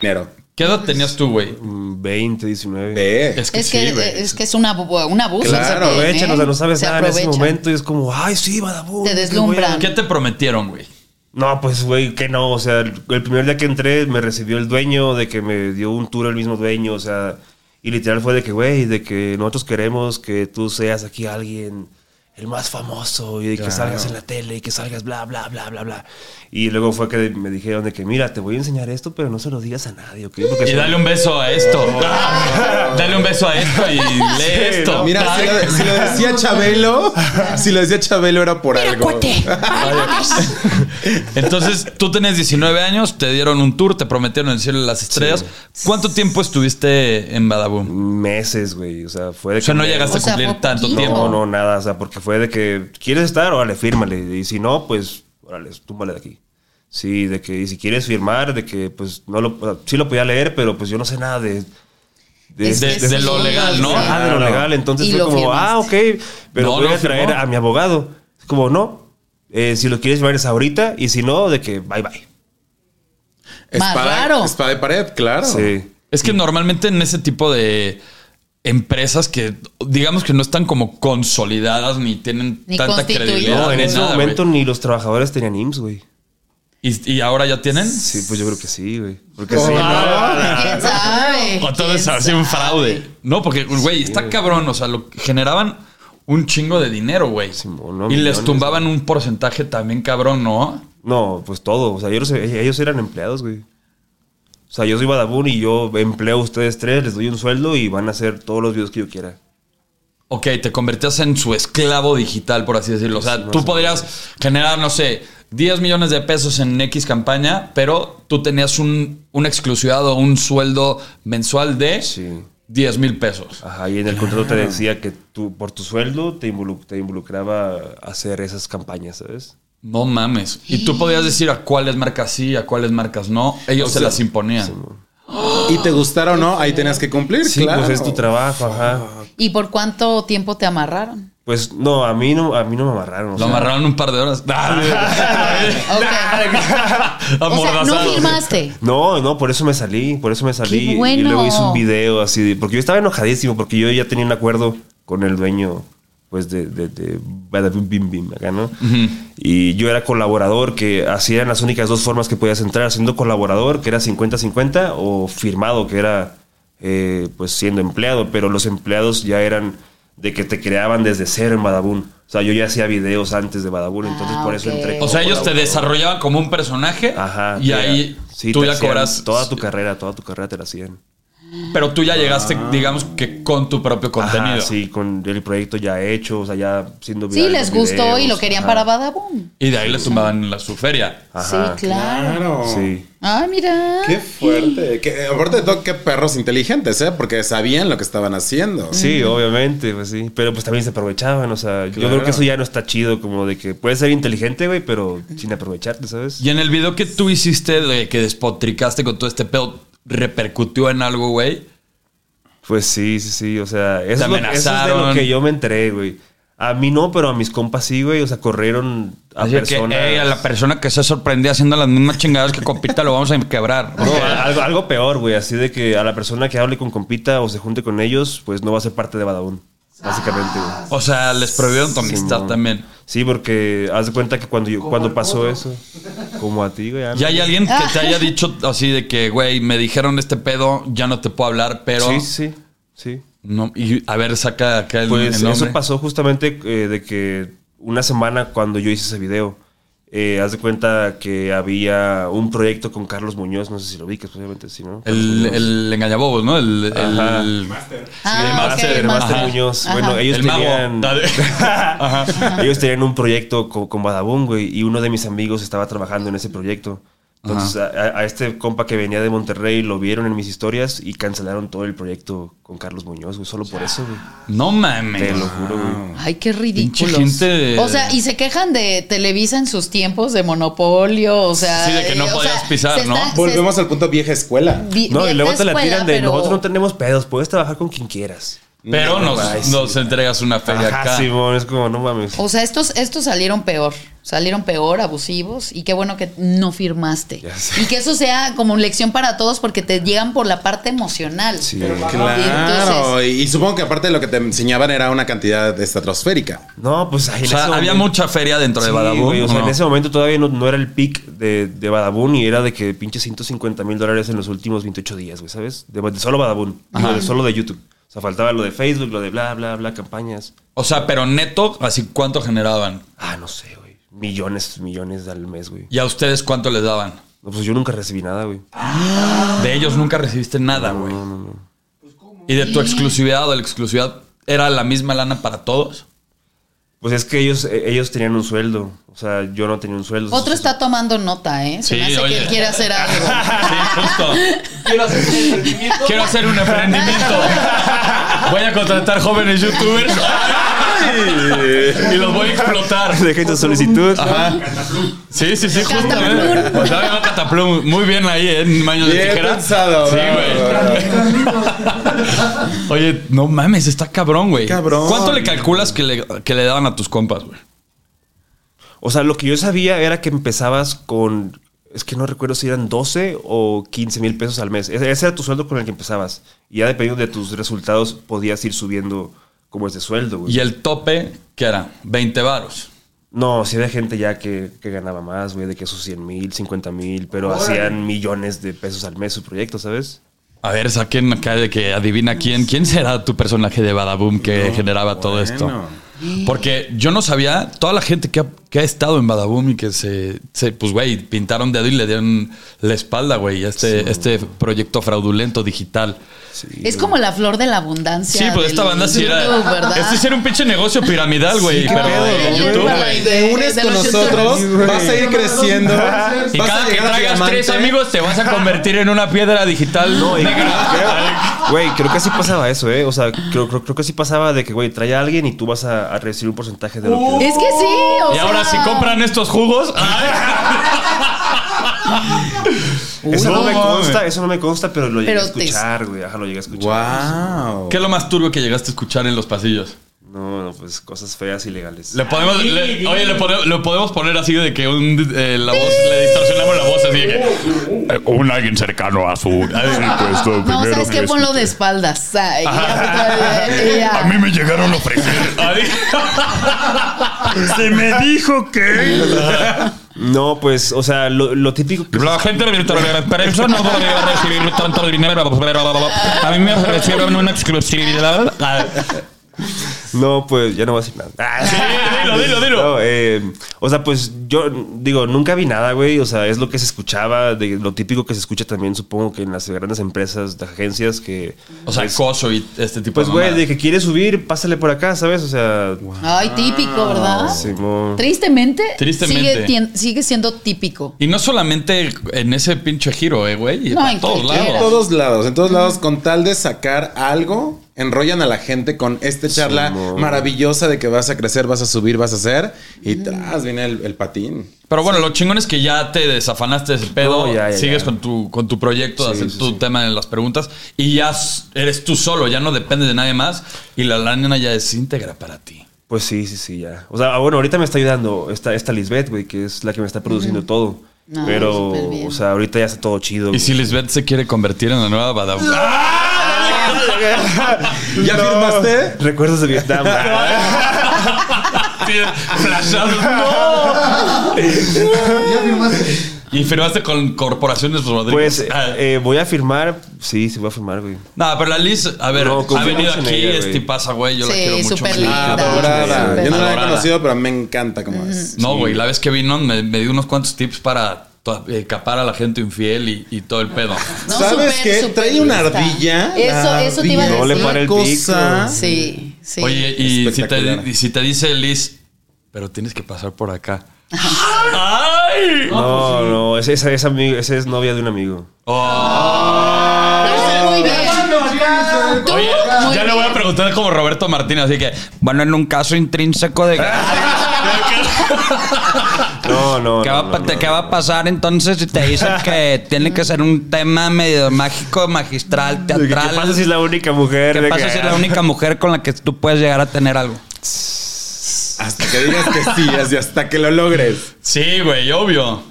S4: Dinero.
S1: ¿Qué edad tenías tú, güey?
S2: Mm, 20, 19.
S4: Ve.
S3: Es que, eh,
S1: güey.
S3: es que es una bu- un abuso.
S4: Claro,
S3: se
S2: Aprovechan,
S3: ven, ¿eh?
S2: o sea, no sabes
S3: Se
S2: nada en ese
S3: aprovechan.
S2: momento y es como, ay, sí, badabum.
S3: Te
S2: qué
S3: deslumbran.
S2: bueno".
S1: ¿Qué te prometieron, güey?
S2: No, pues, güey, que no. O sea, el el primer día que entré me recibió el dueño, de que me dio un tour el mismo dueño, o sea, y literal fue de que, güey, de que nosotros queremos que tú seas aquí alguien el más famoso y que salgas en la tele y que salgas bla, bla, bla, bla, bla. Y luego fue que me dijeron de que, mira, te voy a enseñar esto, pero no se lo digas a nadie, ¿ok? Porque
S1: Y
S2: si-
S1: dale un beso a
S2: *laughs*
S1: esto. Ah, dale un beso a esto y lee esto.
S4: Mira, si lo, si lo
S2: *laughs*
S4: decía Chabelo, si lo decía Chabelo era por algo.
S1: Entonces, tú tenías 19 años, te dieron un tour, te prometieron el cielo y las estrellas. ¿Cuánto tiempo estuviste en Badaboom?
S2: Meses, güey. O sea, fue de
S1: O sea,
S2: que
S1: no
S2: me-
S1: llegaste
S3: O sea,
S1: a cumplir
S3: fue
S1: tanto
S3: poquito.
S1: tiempo.
S2: No, no, nada. O sea, porque fue de que quieres estar, órale, fírmale. Y si no, pues, órale, túmbale de aquí. Sí, de que y si quieres firmar, de que pues no lo. o sea, Sí lo podía leer, pero pues yo no sé nada de. De,
S3: Es que
S1: de- de lo legal, ¿no?
S2: Ah, de lo legal. Entonces
S3: Y
S2: fue
S3: lo
S2: como, ah, ok,
S3: firmaste.
S2: pero
S1: No,
S2: voy
S1: lo
S2: a traer
S1: firmó.
S2: a mi abogado. Es como, no. eh, si lo quieres firmar es ahorita, y si no, de que bye bye.
S3: Más raro.
S4: espada de pared, claro.
S2: Sí.
S1: Es que normalmente en ese tipo de empresas que digamos que no están como consolidadas ni tienen
S3: Ni
S1: tanta
S3: constituidas.
S1: credibilidad.
S2: No, en
S1: ni
S2: ese
S1: nada,
S2: momento
S1: güey.
S2: ni los trabajadores tenían IMSS, güey.
S1: ¿Y, y ahora ya tienen?
S2: Sí, pues yo creo que sí, güey. Porque sí, ¿no?
S3: ¿Quién sabe?
S1: O todo
S3: ¿Quién
S1: es así un fraude.
S3: sabe?
S1: No, porque, güey, está cabrón. O sea, lo generaban un chingo de dinero, güey.
S2: Simón, no,
S1: y les
S2: millones.
S1: tumbaban un porcentaje también cabrón, ¿no?
S2: No, pues todo. O sea, ellos, ellos eran empleados, güey. O sea, yo soy Badabun y yo empleo a ustedes tres, les doy un sueldo y van a hacer todos los videos que yo quiera.
S1: Ok, te convertías en su esclavo digital, por así decirlo. O sea, tú podrías generar, no sé, 10 millones de pesos en X campaña, pero tú tenías un, una exclusividad o un sueldo mensual de
S2: Sí. Ah.
S1: 10 mil pesos.
S2: Ajá, y en el contrato te decía que tú, por tu sueldo, te, involu- te involucraba a hacer esas campañas, ¿sabes?
S1: No mames. Y tú podías decir a cuáles marcas sí, a cuáles marcas no. Ellos se las imponían.
S4: Y te gustara o no, ahí tenías que cumplir,
S2: Sí,
S4: claro.
S2: pues es tu trabajo, ajá.
S3: ¿Y por cuánto tiempo te amarraron?
S2: Pues no, a mí no, a mí no me amarraron. o
S1: Lo
S2: sea,
S1: amarraron un par de
S2: *laughs*
S1: horas. *laughs*
S3: O sea, no
S1: Amordazado.
S3: firmaste.
S2: No, no, por eso me salí, por eso me salí.
S3: ¡Qué
S2: Y
S3: bueno!
S2: luego hice un video así, de- porque yo estaba enojadísimo, porque yo ya tenía un acuerdo con el dueño pues de, de, de Bada Bim Bim Bim acá, ¿no? Y yo era colaborador, que así eran las únicas dos formas que podías entrar, siendo colaborador, que era 50-50, o firmado, que era eh, pues siendo empleado, pero los empleados ya eran de que te creaban desde cero en Badabun. O sea, yo ya hacía videos antes de Badabun, entonces
S3: Ah,
S2: por eso
S3: ok.
S2: entré.
S1: O
S2: como
S1: sea, ellos te
S2: colaborador.
S1: desarrollaban como un personaje
S2: Ajá.
S1: y
S2: te-
S1: ahí
S2: sí,
S1: tú
S2: te
S1: ya
S2: hacían
S1: cobras.
S2: Toda tu carrera, toda tu carrera te la hacían.
S1: Pero tú ya llegaste, digamos que con tu propio contenido.
S2: Ah. Ajá, sí, con el proyecto ya hecho, o sea, ya siendo
S3: Sí,
S2: viral
S3: les
S2: los
S3: gustó y
S2: videos,
S3: lo querían
S2: ajá.
S3: para Badaboom.
S1: Y de ahí les tumbaban la su feria.
S2: Ajá.
S3: sí, claro.
S4: Claro.
S2: Sí.
S3: Ah, mira.
S4: Qué fuerte. Que, aparte de todo, qué perros inteligentes, ¿eh? Porque sabían lo que estaban haciendo.
S2: Sí, obviamente, pues sí. Pero pues también se aprovechaban, o sea, yo
S4: Claro.
S2: creo que eso ya no está chido, como de que puedes ser inteligente, güey, pero sin aprovecharte, ¿sabes?
S1: Y en el video que tú hiciste de que despotricaste con todo este pedo, ¿repercutió en algo, güey?
S2: Pues sí, sí, sí, o sea, eso,
S1: Te
S2: es lo, eso es de
S1: amenazaron.
S2: lo que yo me enteré, güey. A mí no, pero a mis compas sí, güey, o sea, corrieron a
S1: Así
S2: personas.
S1: que, "Ey, a la persona que se sorprendía haciendo las mismas chingadas que compita, lo vamos a quebrar.
S2: No, a- algo, algo peor, güey, así de que a la persona que hable con compita o se junte con ellos, pues no va a ser parte de Badabun, básicamente, güey.
S1: O sea, les prohibieron tu Ah, amistad
S2: Simón.
S1: también.
S2: Sí, porque haz de cuenta que cuando, yo, cuando pasó eso, como a ti, güey. ya no-
S1: ¿Y hay alguien que te haya dicho así de que, güey, me dijeron este pedo, ya no te puedo hablar, pero...
S2: Sí, sí, sí.
S1: No, y a ver, saca acá el,
S2: Pues
S1: el nombre.
S2: eso pasó justamente eh, de que una semana cuando yo hice ese video, eh, haz de cuenta que había un proyecto con Carlos Muñoz, no sé si lo vi, que posiblemente sí, ¿no?
S1: El, el engañabobos, ¿no? El, el,
S2: Ajá.
S1: el-
S3: Ah,
S2: el máster,
S3: ok,
S2: el máster
S3: Ajá.
S2: Muñoz.
S3: Ajá.
S2: Bueno, ellos
S1: el mago.
S2: tenían. *laughs*
S1: Ajá.
S2: Ellos tenían un proyecto co- con, Badabun, güey, y uno de mis amigos estaba trabajando en ese proyecto. Entonces, a, a este compa que venía de Monterrey lo vieron en mis historias y cancelaron todo el proyecto con Carlos Muñoz, güey, solo por eso, güey.
S1: No mames.
S2: Te lo juro, güey.
S3: Ay, qué
S1: Pinche
S3: ridículos.
S1: gente-
S3: O sea, y se quejan de Televisa en sus tiempos de monopolio, o sea...
S1: Sí, de que no
S3: eh, o
S1: podías
S3: sea,
S1: pisar,
S3: se
S1: ¿no?
S3: está- se-
S4: Volvemos al punto vieja escuela.
S3: vi-
S2: No, y
S3: vieja
S2: luego te la
S3: escuela,
S2: tiran de
S3: pero-
S2: nosotros no tenemos pedos, puedes trabajar con quien quieras.
S1: Pero nos,
S2: Ay, sí.
S1: nos entregas una feria
S2: Ajá,
S1: acá.
S2: Simón, es como, no mames.
S3: O sea, estos, estos salieron peor, salieron peor, abusivos, y qué bueno que no firmaste.
S2: Ya sé.
S3: Y que eso sea como lección para todos porque te llegan por la parte emocional.
S2: Sí.
S1: Ah,
S4: Claro. Y, supongo que aparte de lo que te enseñaban era una cantidad estratosférica.
S2: No, pues ahí
S1: O sea, había mucha feria dentro de Badabun.
S2: o sea,
S1: ¿no?
S2: en ese momento todavía no, no era el pic de, de Badabun y era de que pinche 150 mil dólares en los últimos 28 días, güey, ¿sabes? De, de solo Badabun, no, de solo de YouTube. O sea, faltaba lo de Facebook, lo de bla, bla, bla, campañas.
S1: O sea, pero neto, así cuánto generaban.
S2: Ah, no sé, güey. Millones, millones al mes, güey.
S1: ¿Y a ustedes cuánto les daban?
S2: No, pues yo nunca recibí nada, güey.
S1: De ellos nunca recibiste nada, güey.
S2: No, no, no.
S1: Y de tu exclusividad o de la exclusividad, ¿era la misma lana para todos?
S2: Pues es que ellos, eh, ellos tenían un sueldo. O sea, yo no tenía un sueldo.
S3: Otro
S2: Entonces,
S1: *laughs*
S3: está tomando nota, ¿eh? Se
S1: Sí,
S3: me hace
S1: oye.
S3: que él quiere hacer algo.
S1: *laughs* Sí, justo. Quiero hacer un emprendimiento. Quiero hacer un emprendimiento. Voy a contratar jóvenes youtubers y los voy a
S2: *laughs*
S1: explotar.
S2: Dejé tu solicitud.
S1: Ajá. Sí, sí, sí, justo.
S3: Cataplum.
S1: O sea, no, Cataplum. Muy bien ahí, ¿eh? Maño de
S4: Bien
S1: tijera.
S4: pensado,
S1: Sí,
S4: bravo, bravo.
S1: güey. *laughs* Oye, no mames, está cabrón, güey.
S4: Cabrón.
S1: ¿Cuánto le calculas que le, que le daban a tus compas, güey?
S2: O sea, lo que yo sabía era que empezabas con. Es que no recuerdo si eran 12 o 15 mil pesos al mes. E-, Ese ese era tu sueldo con el que empezabas. Y ya dependiendo de tus resultados, podías ir subiendo como ese sueldo,
S4: Pues
S2: güey.
S1: Y el tope, ¿qué era? 20 varos.
S2: No, sí había gente ya que, que ganaba más, güey, de que esos 100 mil, 50 mil, pero hacían millones de pesos al mes su proyecto, ¿sabes?
S1: A ver, saquen acá de que adivina quién. ¿Quién será tu personaje de Badaboom que generaba todo esto?
S4: bueno.
S1: Porque yo no sabía, toda la gente que ha, que ha estado en Badaboom y que se, se, pues, güey, pintaron dedo y le dieron la espalda, güey, a este, este proyecto fraudulento digital.
S3: Es como la flor de la abundancia.
S1: Sí, pues esta
S3: del
S1: banda sí era.
S3: YouTube, ¿verdad?
S1: Este sí era un pinche negocio piramidal, güey. pero
S3: pedo,
S1: de
S3: güey.
S1: YouTube,
S3: Para
S1: güey.
S4: Te unes
S3: De
S4: con
S3: los
S4: nosotros,
S2: youtubers.
S4: vas a ir creciendo.
S5: Ajá.
S4: vas
S1: Y
S4: a
S1: cada que
S4: llegar a
S1: traigas
S4: diamante.
S1: tres amigos te vas a convertir en una piedra digital
S2: No, y-
S1: negra.
S2: creo- Güey, creo que sí pasaba eso, ¿eh? O sea, creo, creo, creo que sí pasaba de que, güey, trae a alguien y tú vas a, a recibir un porcentaje de lo que...
S3: Es que sí, o
S1: Y ahora
S3: sea,
S1: si compran estos
S4: *laughs*
S1: jugos.
S2: Eso no,
S1: Uy,
S2: me
S1: no,
S2: consta,
S1: mames.
S2: eso no me consta, pero lo llegué
S3: Pero
S2: a
S3: te-
S2: escuchar, güey. Ajá, lo llegué a escuchar.
S4: Wow.
S1: ¿Qué es lo más turbio que llegaste a escuchar en los pasillos?
S2: No No, no, pues cosas feas y legales.
S1: Le podemos, le- oye, le, pone- lo podemos poner así de que un, eh, la voz, le distorsionamos la voz así de que. eh, Un alguien cercano a su. puesto
S3: *laughs* No, ¿sabes qué? Ponlo de espaldas. Ay, ya, ya.
S1: me llegaron a ofrecer.
S6: Se me dijo que.
S2: No, pues, o sea, lo, lo típico.
S1: *laughs*
S2: que-
S1: La gente de Victoria Perezo no podría recibir tanto dinero. A mí me ofrecieron una exclusividad.
S2: No, pues ya no voy a decir nada.
S1: Ah, Sí, dilo, dilo, dilo.
S2: *laughs* No, eh, o sea, pues yo digo, nunca vi nada, güey. O sea, es lo que se escuchaba, de lo típico que se escucha también, supongo que en las grandes empresas, de agencias que.
S1: O sea, coso y este tipo
S2: Pues,
S1: de.
S2: güey,
S1: mamadas.
S2: de que quieres subir, pásale por acá, ¿sabes? O sea,
S3: Ay, típico, ¿verdad?
S2: Simón.
S3: Tristemente,
S1: Tristemente.
S3: Sigue, tien- sigue siendo típico.
S1: Y no solamente en ese pinche giro, eh, güey.
S3: No,
S1: No,
S3: en
S1: en todos
S3: cualquiera.
S1: lados.
S3: Era.
S4: En todos lados, en todos lados, con tal de sacar algo, enrollan a la gente con esta charla
S2: amor.
S4: maravillosa de que vas a crecer, vas a subir, vas a hacer. Y tras viene el, el patín.
S1: Pero bueno, lo chingón es que ya te desafanaste de ese pedo,
S2: No, ya, ya,
S1: sigues
S2: ya.
S1: Con, tu, con tu proyecto de
S2: Sí,
S1: hacer
S2: sí,
S1: tu
S2: sí.
S1: tema en las preguntas y ya s- eres tú solo, ya no dependes de nadie más y la lana ya es íntegra para ti.
S2: Pues sí, sí, sí, ya. O sea, ah, bueno, ahorita me está ayudando esta, esta Lisbeth, güey, que es la que me está produciendo todo.
S3: No,
S2: Pero,
S3: súper bien.
S2: o sea, ahorita ya está todo chido.
S1: Y si *laughs* Lisbeth se quiere convertir en la nueva Badawi.
S2: ¡Ah!
S1: *laughs*
S4: ¿Ya firmaste?
S2: Recuerdos de Vietnam.
S5: Ya firmaste.
S1: *laughs* Y firmaste con Corporaciones
S2: pues
S1: Rodríguez.
S2: eh,
S1: Ah,
S2: eh, voy a firmar. Sí, sí, voy a firmar, güey.
S1: no, pero la Liz, a ver,
S2: No,
S1: ha venido
S2: confiamos en
S1: aquí,
S2: ella,
S1: es
S2: güey.
S1: tipaza, güey. Yo la
S3: Sí,
S1: quiero mucho.
S3: súper
S1: me encanta.
S3: linda. Súper
S4: Adorada. Yo no la había
S1: adorada.
S4: conocido, pero me encanta cómo es.
S1: No, güey, la vez que vino me, me dio unos cuantos tips para to- eh, capar a la gente infiel y, y todo el pedo.
S3: No, súper,
S4: ¿Sabes qué?
S3: súper
S4: Trae una
S3: lista.
S4: ardilla.
S3: Eso- eso te iba a
S4: Ardilla.
S3: No le decir. para
S2: el
S4: Cosa.
S3: Sí, *laughs* sí.
S1: Ah, Oye, y si, te,
S4: Espectacular.
S1: y si te dice Liz, pero tienes que pasar por
S3: *laughs*
S1: acá. ¡Ay!
S2: No, no, esa, esa, es ami- esa es novia de un amigo.
S3: Tú, muy bien. Tú,
S1: Oye,
S3: muy
S1: ya le voy a
S3: bien.
S1: preguntar como Roberto Martínez, así que, bueno, en un caso intrínseco de...
S2: No, *laughs* no.
S1: ¿Qué
S2: no,
S1: va,
S2: no,
S1: pa-
S2: no,
S1: te-
S2: no.
S1: qué va a pasar entonces si te dicen que tiene que ser un tema medio mágico, magistral,
S2: De que, ¿Qué
S1: teatral?
S2: pasa si es la única mujer?
S1: ¿Qué
S2: De
S1: pasa
S2: que- *laughs* ah.
S1: si es la única mujer con la que tú puedes llegar a tener algo?
S4: Hasta que digas que sí, así hasta que lo logres.
S1: Sí, güey, obvio.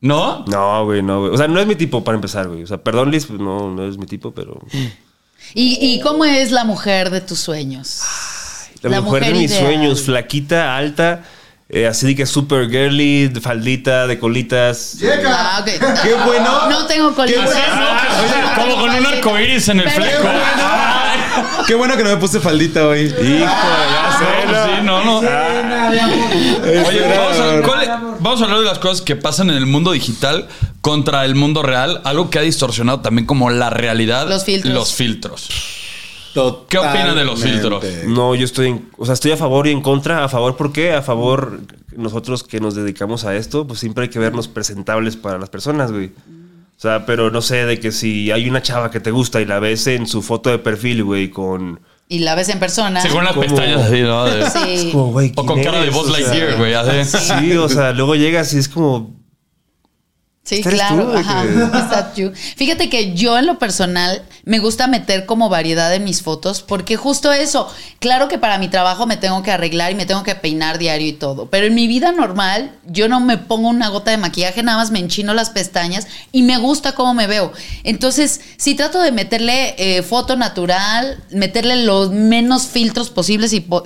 S1: ¿No?
S2: No, güey, no, güey. O sea, no es mi tipo para empezar, güey. O sea, perdón, Liz, pues, no, no es mi tipo, pero.
S3: ¿Y, y cómo es la mujer de tus sueños?
S2: La,
S3: La
S2: mujer,
S3: mujer
S2: de mis
S3: ideal.
S2: sueños, flaquita, alta, eh, así de que super girly, de faldita, de colitas.
S3: *laughs* Ah,
S5: Llega.
S3: ok.
S4: Qué bueno.
S3: No tengo colita.
S4: Qué bueno.
S3: Ah,
S4: Oye,
S3: no
S1: como
S3: tengo
S1: con un
S3: colita.
S1: arcoíris en el
S3: Pero-
S1: fleco.
S4: Qué bueno que no me puse faldita hoy.
S2: Hijo,
S1: Ah,
S2: ya sé, ¿no?
S1: sí, no, no.
S5: Cena de amor.
S1: Oye,
S4: Eso era-
S1: vamos a, ¿cuál- vamos a hablar de las cosas que pasan en el mundo digital contra el mundo real, algo que ha distorsionado también como la realidad.
S3: Los filtros.
S1: Los filtros.
S4: ¿Qué
S1: opinan de los filtros?
S2: No, yo estoy, en- o sea, estoy a favor y en contra. ¿A favor por qué? A favor, nosotros que nos dedicamos a esto, pues siempre hay que vernos presentables para las personas, güey. O sea, pero no sé, de que si hay una chava que te gusta y la ves en su foto de perfil, güey, con...
S3: Y la ves en persona.
S1: Según las
S2: ¿Cómo?
S1: pestañas así, ¿no? De-
S3: Ah. Sí.
S2: como, güey,
S1: o
S2: ¿quién
S1: con cara de
S2: eres?
S1: voz
S2: O sea,
S1: Lightyear, güey. así.
S2: Sí, o sea, luego llegas y es como...
S3: Sí,
S2: ¿Eres
S3: claro.
S2: tú?
S3: ajá, *laughs* is that you? Fíjate que yo en lo personal me gusta meter como variedad en mis fotos porque justo eso, claro que para mi trabajo me tengo que arreglar y me tengo que peinar diario y todo, pero en mi vida normal yo no me pongo una gota de maquillaje, nada más me enchino las pestañas y me gusta cómo me veo. Entonces, sí trato de meterle eh, foto natural, meterle los menos filtros posibles y po-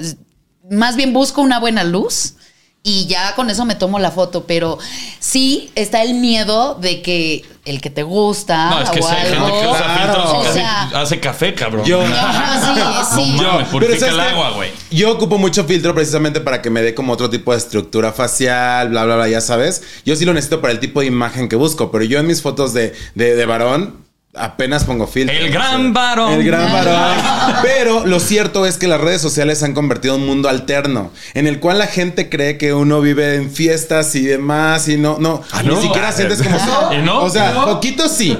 S3: más bien busco una buena luz y ya con eso me tomo la foto, pero sí está el miedo de que el que te gusta
S1: No, es que
S3: o
S1: si hay
S3: algo.
S1: gente que usa
S4: Claro.
S1: filtros
S3: Ah, O
S1: y casi
S3: sea-
S1: hace café, cabrón.
S4: Yo-
S3: Ajá, sí, sí.
S1: No mames,
S4: Pero
S1: purifica
S4: ¿sabes
S1: el
S4: qué?
S1: agua, güey.
S4: Yo ocupo mucho filtro precisamente para que me dé como otro tipo de estructura facial, bla, bla, bla, ya sabes. Yo sí lo necesito para el tipo de imagen que busco, pero yo en mis fotos de, de, de varón apenas pongo filtro.
S1: El
S4: O sea,
S1: gran varón.
S4: El gran varón. Pero lo cierto es que las redes sociales han convertido en un mundo alterno, en el cual la gente cree que uno vive en fiestas y demás, y no, no,
S1: Ah, no?
S4: ni siquiera sientes como...
S1: ¿Y no?
S4: *laughs* O sea,
S1: ¿No?
S4: poquito sí.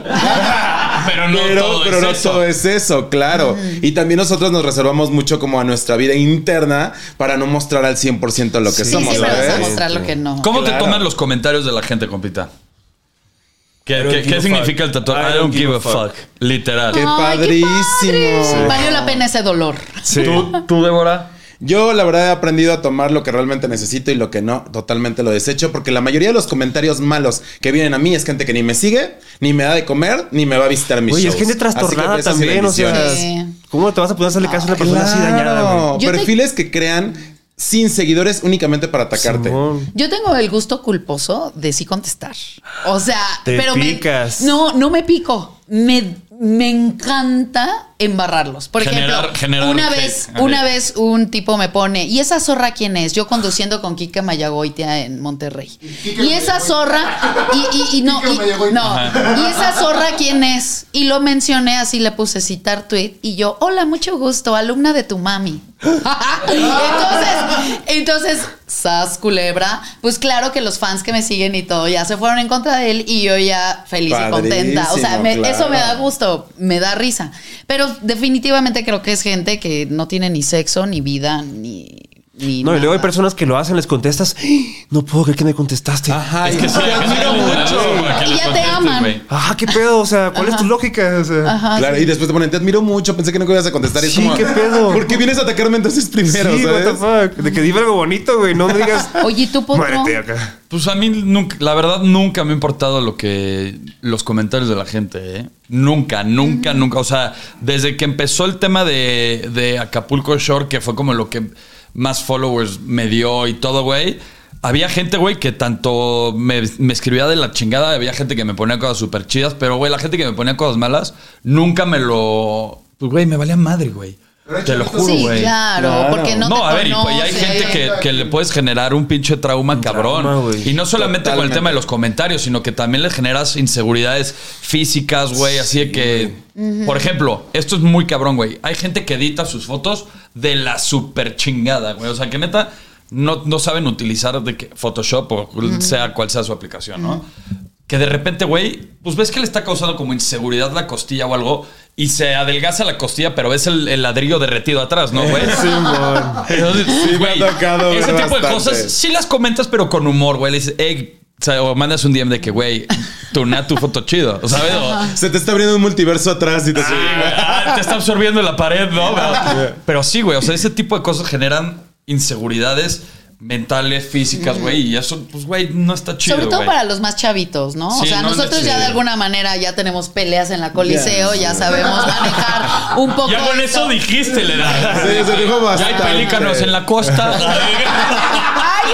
S1: Pero no
S4: pero
S1: todo
S4: pero
S1: es
S4: no
S1: eso.
S4: todo es eso, claro. Y también nosotros nos reservamos mucho como a nuestra vida interna para no mostrar al 100% lo que
S3: Sí,
S4: somos,
S3: siempre vas a
S4: ¿sabes?
S3: mostrar lo que no.
S1: ¿Cómo te
S4: Claro.
S1: toman los comentarios de la gente, compita? ¿Qué,
S2: I don't
S1: qué-
S2: give
S1: qué
S2: a
S1: significa
S2: fuck.
S1: el tatuaje? I don't give a fuck. Literal.
S4: Qué
S3: Ay, qué
S4: padrísimo.
S3: Valió la pena ese dolor.
S2: Sí.
S1: ¿Tú, Débora?
S4: Yo, la verdad, he aprendido a tomar lo que realmente necesito y lo que no, totalmente lo desecho, porque la mayoría de los comentarios malos que vienen a mí es gente que ni me sigue, ni me da de comer, ni me va a visitar a mis
S2: Oye, es
S4: shows.
S2: gente
S4: Así que
S2: trastornada
S4: besos y
S2: también, o sea,
S3: bendiciones. Sí.
S2: ¿cómo te vas a poder hacerle caso a una persona así dañada, güey?
S4: Claro,
S3: Yo te-
S4: perfiles que crean sin seguidores únicamente para atacarte.
S2: Simón.
S3: Yo tengo el gusto culposo de sí contestar. O sea,
S8: Te
S3: pero me-
S8: picas.
S3: no, no me pico. Me, me encanta embarrarlos. Por
S1: Generar-
S3: ejemplo,
S1: generar
S3: una
S1: hate.
S3: vez,
S1: Ok.
S3: una vez un tipo me pone, ¿y esa zorra quién es? Yo conduciendo con Kika Mayagoitia en Monterrey.
S9: Kika
S3: Y esa
S9: Mayagoitia.
S3: zorra, y, y- y no,
S9: Kika
S3: y-
S9: Mayagoitia.
S3: no,
S9: Ajá.
S3: y esa zorra quién es? Y lo mencioné así, le puse citar tweet y yo, hola, mucho gusto, alumna de tu mami. *laughs* entonces, entonces, sas culebra, pues claro que los fans que me siguen y todo ya se fueron en contra de él y yo ya feliz y contenta. O sea, me-
S4: Padrísimo,
S3: eso me da
S4: claro.
S3: gusto, me da risa. Pero definitivamente creo que es gente que no tiene ni sexo, ni vida, ni... ni
S2: No, y luego hay
S3: nada.
S2: personas que lo hacen, les contestas, "Ay, no puedo creer que me contestaste.
S4: Ajá,
S1: Es
S4: y
S1: que sí,
S4: te
S1: hay gente
S4: admiro
S1: como de la
S4: mucho.
S1: luz, güey, que
S3: Y
S1: les
S3: ya te
S1: contestes,
S3: aman.
S1: güey.
S2: Ajá, "Ah, qué pedo, o sea, ¿cuál es tu lógica? O sea,
S3: Ajá,
S4: Claro,
S3: sí.
S4: y después te ponen, te admiro mucho, pensé que nunca ibas a contestar. Y es
S2: Ah, Sí,
S4: como,
S2: ¿qué pedo?
S4: *laughs* ¿Por qué vienes a atacarme entonces primero?
S2: sí,
S4: ¿sabes?
S2: what the fuck, de que dime algo bonito, güey, no me digas,
S3: *laughs* Oye, ¿y tú, Potro?
S8: Muérete acá.
S1: Pues a mí, nunca, la verdad, nunca me ha importado lo que los comentarios de la gente. ¿eh? Nunca, nunca, nunca. O sea, desde que empezó el tema de, de Acapulco Shore, que fue como lo que más followers me dio y todo, güey. Había gente, güey, que tanto me, me escribía de la chingada, había gente que me ponía cosas súper chidas, pero, güey, la gente que me ponía cosas malas, nunca me lo... Pues, güey, me valía madre, güey. Te lo juro,
S3: Sí,
S1: güey.
S3: claro,
S4: Claro.
S3: porque no,
S1: No,
S3: te
S1: a ver, y, pues, y hay
S3: conoce.
S1: gente que, que le puedes generar un pinche trauma cabrón.
S2: trauma, güey.
S1: y no solamente con el
S4: Totalmente.
S1: tema de los comentarios, sino que también le generas inseguridades físicas, güey. Así de que, por ejemplo, esto es muy cabrón, güey. Hay gente que edita sus fotos de la super chingada, güey. O sea, que neta no, no saben utilizar de que Photoshop o cual sea cual sea su aplicación, ¿no? Que de repente, güey, pues ves que le está causando como inseguridad la costilla o algo y se adelgaza la costilla, pero ves el, el ladrillo derretido atrás, ¿no,
S2: *laughs*
S4: Pues,
S1: güey?
S2: Simón.
S1: Entonces,
S4: Sí, me
S1: güey,
S4: ha tocado
S1: Ese
S4: ver
S1: tipo de
S4: bastante.
S1: cosas sí las comentas, pero con humor, güey. Le dices, "Ey", o sea, o mandas un DM de que, güey, tu na tu foto chido, ¿sabes? O,
S4: Se te está abriendo un multiverso atrás y te
S1: "Sí, güey, ah, te está absorbiendo la pared, ¿no? Pero, pero sí, güey, o sea, ese tipo de cosas generan inseguridades mentales, físicas, güey, y eso, pues, güey, no está chido,
S3: Sobre todo
S1: güey.
S3: para los más chavitos, ¿no? o
S1: Sí,
S3: sea,
S1: no, no
S3: nosotros
S1: es
S3: ya de
S1: chido.
S3: alguna manera ya tenemos peleas en la Coliseo, ya sabemos manejar un poco.
S1: Ya con
S3: esto.
S1: eso dijiste, le da.
S4: Sí, se dijo
S1: Ya hay
S4: bastante.
S1: pelícanos en la costa.
S3: Ay,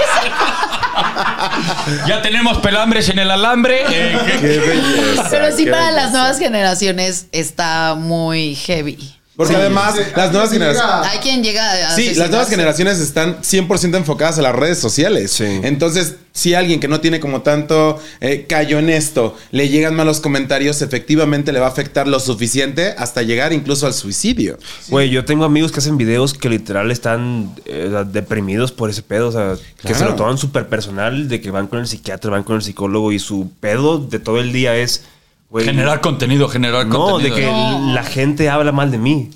S1: ya tenemos pelambres en el alambre. eh, que-
S4: Qué belleza,
S3: esa- Pero sí
S4: qué
S3: para
S4: belleza.
S3: las nuevas generaciones está muy heavy.
S4: *laughs* Porque además, las nuevas generaciones.
S3: Hay quien
S2: Ah,
S3: llega a
S4: Sí, las nuevas
S3: suicidarse.
S4: generaciones están 100% enfocadas a las redes sociales.
S2: Sí.
S4: Entonces, si alguien que no tiene como tanto eh, callo en esto, le llegan malos comentarios, efectivamente le va a afectar lo suficiente hasta llegar incluso al suicidio.
S2: Güey, yo tengo amigos que hacen videos que literal están eh, o sea, deprimidos por ese pedo, o sea, que se
S4: Claro.
S2: lo toman súper personal, de que van con el psiquiatra, van con el psicólogo y su pedo de todo el día es, güey,
S1: generar contenido, generar
S2: no, de
S1: contenido.
S2: que
S3: No.
S2: la gente habla mal de mí.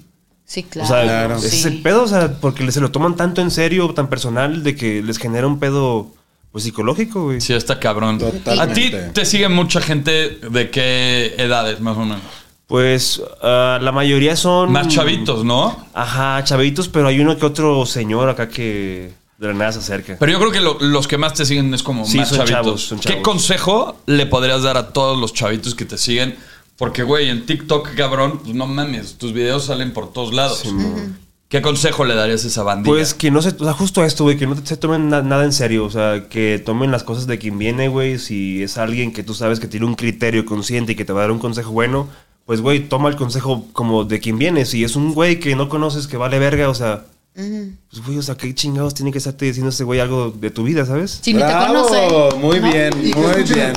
S3: Sí,
S2: O
S3: claro.
S2: sea,
S4: Claro.
S2: ese es
S3: sí.
S2: el pedo, o sea, porque se lo toman tanto en serio, tan personal, de que les genera un pedo pues, psicológico, güey.
S1: Sí, está cabrón.
S4: Totalmente.
S1: A ti te sigue mucha gente de qué edades, más o menos.
S2: Pues ah, la mayoría son...
S1: Más chavitos, ¿no?
S2: Ajá, chavitos, pero hay uno que otro señor acá que de la nada se acerca.
S1: Pero yo creo que lo- los que más te siguen es como
S2: Sí,
S1: más
S2: son
S1: chavitos.
S2: chavos, son
S1: ¿Qué
S2: chavos.
S1: consejo le podrías dar a todos los chavitos que te siguen? Porque, güey, en TikTok, cabrón, pues no mames, tus videos salen por todos lados. ¿Qué consejo le darías a esa bandilla?
S2: Pues que no se, o sea, justo esto, güey, que no te- se tomen na- nada en serio, o sea, que tomen las cosas de quien viene, güey, si es alguien que tú sabes que tiene un criterio consciente y que te va a dar un consejo bueno, pues, güey, toma el consejo como de quien viene, si es un güey que no conoces, que vale verga, o sea, pues, güey, o sea, qué chingados tiene que estarte diciendo ese güey algo de tu vida, ¿sabes?
S3: Si ni te
S4: Bravo,
S3: conoce.
S4: Muy
S3: ¿no?
S4: bien, muy bien.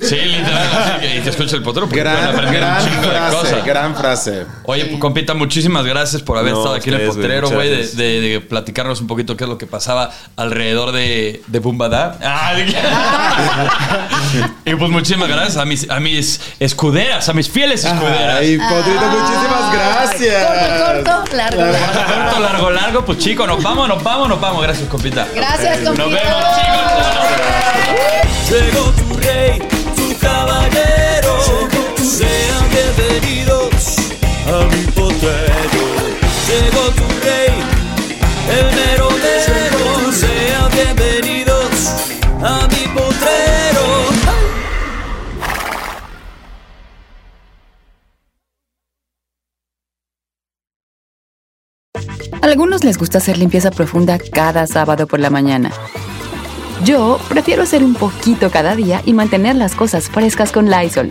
S1: sí, literal. así que- y te escucha el potro porque pueden
S4: Gran,
S1: aprender un
S4: gran
S1: chingo de
S4: frase,
S1: cosas.
S4: gran frase.
S1: Oye, pues, compita, muchísimas gracias por haber
S2: No,
S1: estado aquí en el
S2: ustedes, güey,
S1: potrero,
S2: muchas
S1: güey, de,
S2: gracias.
S1: de- de platicarnos un poquito qué es lo que pasaba alrededor de, de Bumbadá. Ah, de- *laughs* y pues muchísimas gracias a mis, a mis escuderas, a mis fieles escuderas.
S4: Ay, Potrito, muchísimas
S3: Ay,
S4: gracias.
S3: Ah. Corto, corto, largo, largo.
S1: Corto, largo, largo, pues chicos, nos vamos, nos vamos, nos vamos. Gracias, compita.
S3: Gracias, compito.
S1: Nos vemos, chicos. Llegó tu rey, tu caballero. Sean bienvenidos a mi potrero. Llegó tu rey, el
S7: A algunos les gusta hacer limpieza profunda cada sábado por la mañana. Yo prefiero hacer un poquito cada día y mantener las cosas frescas con Lysol.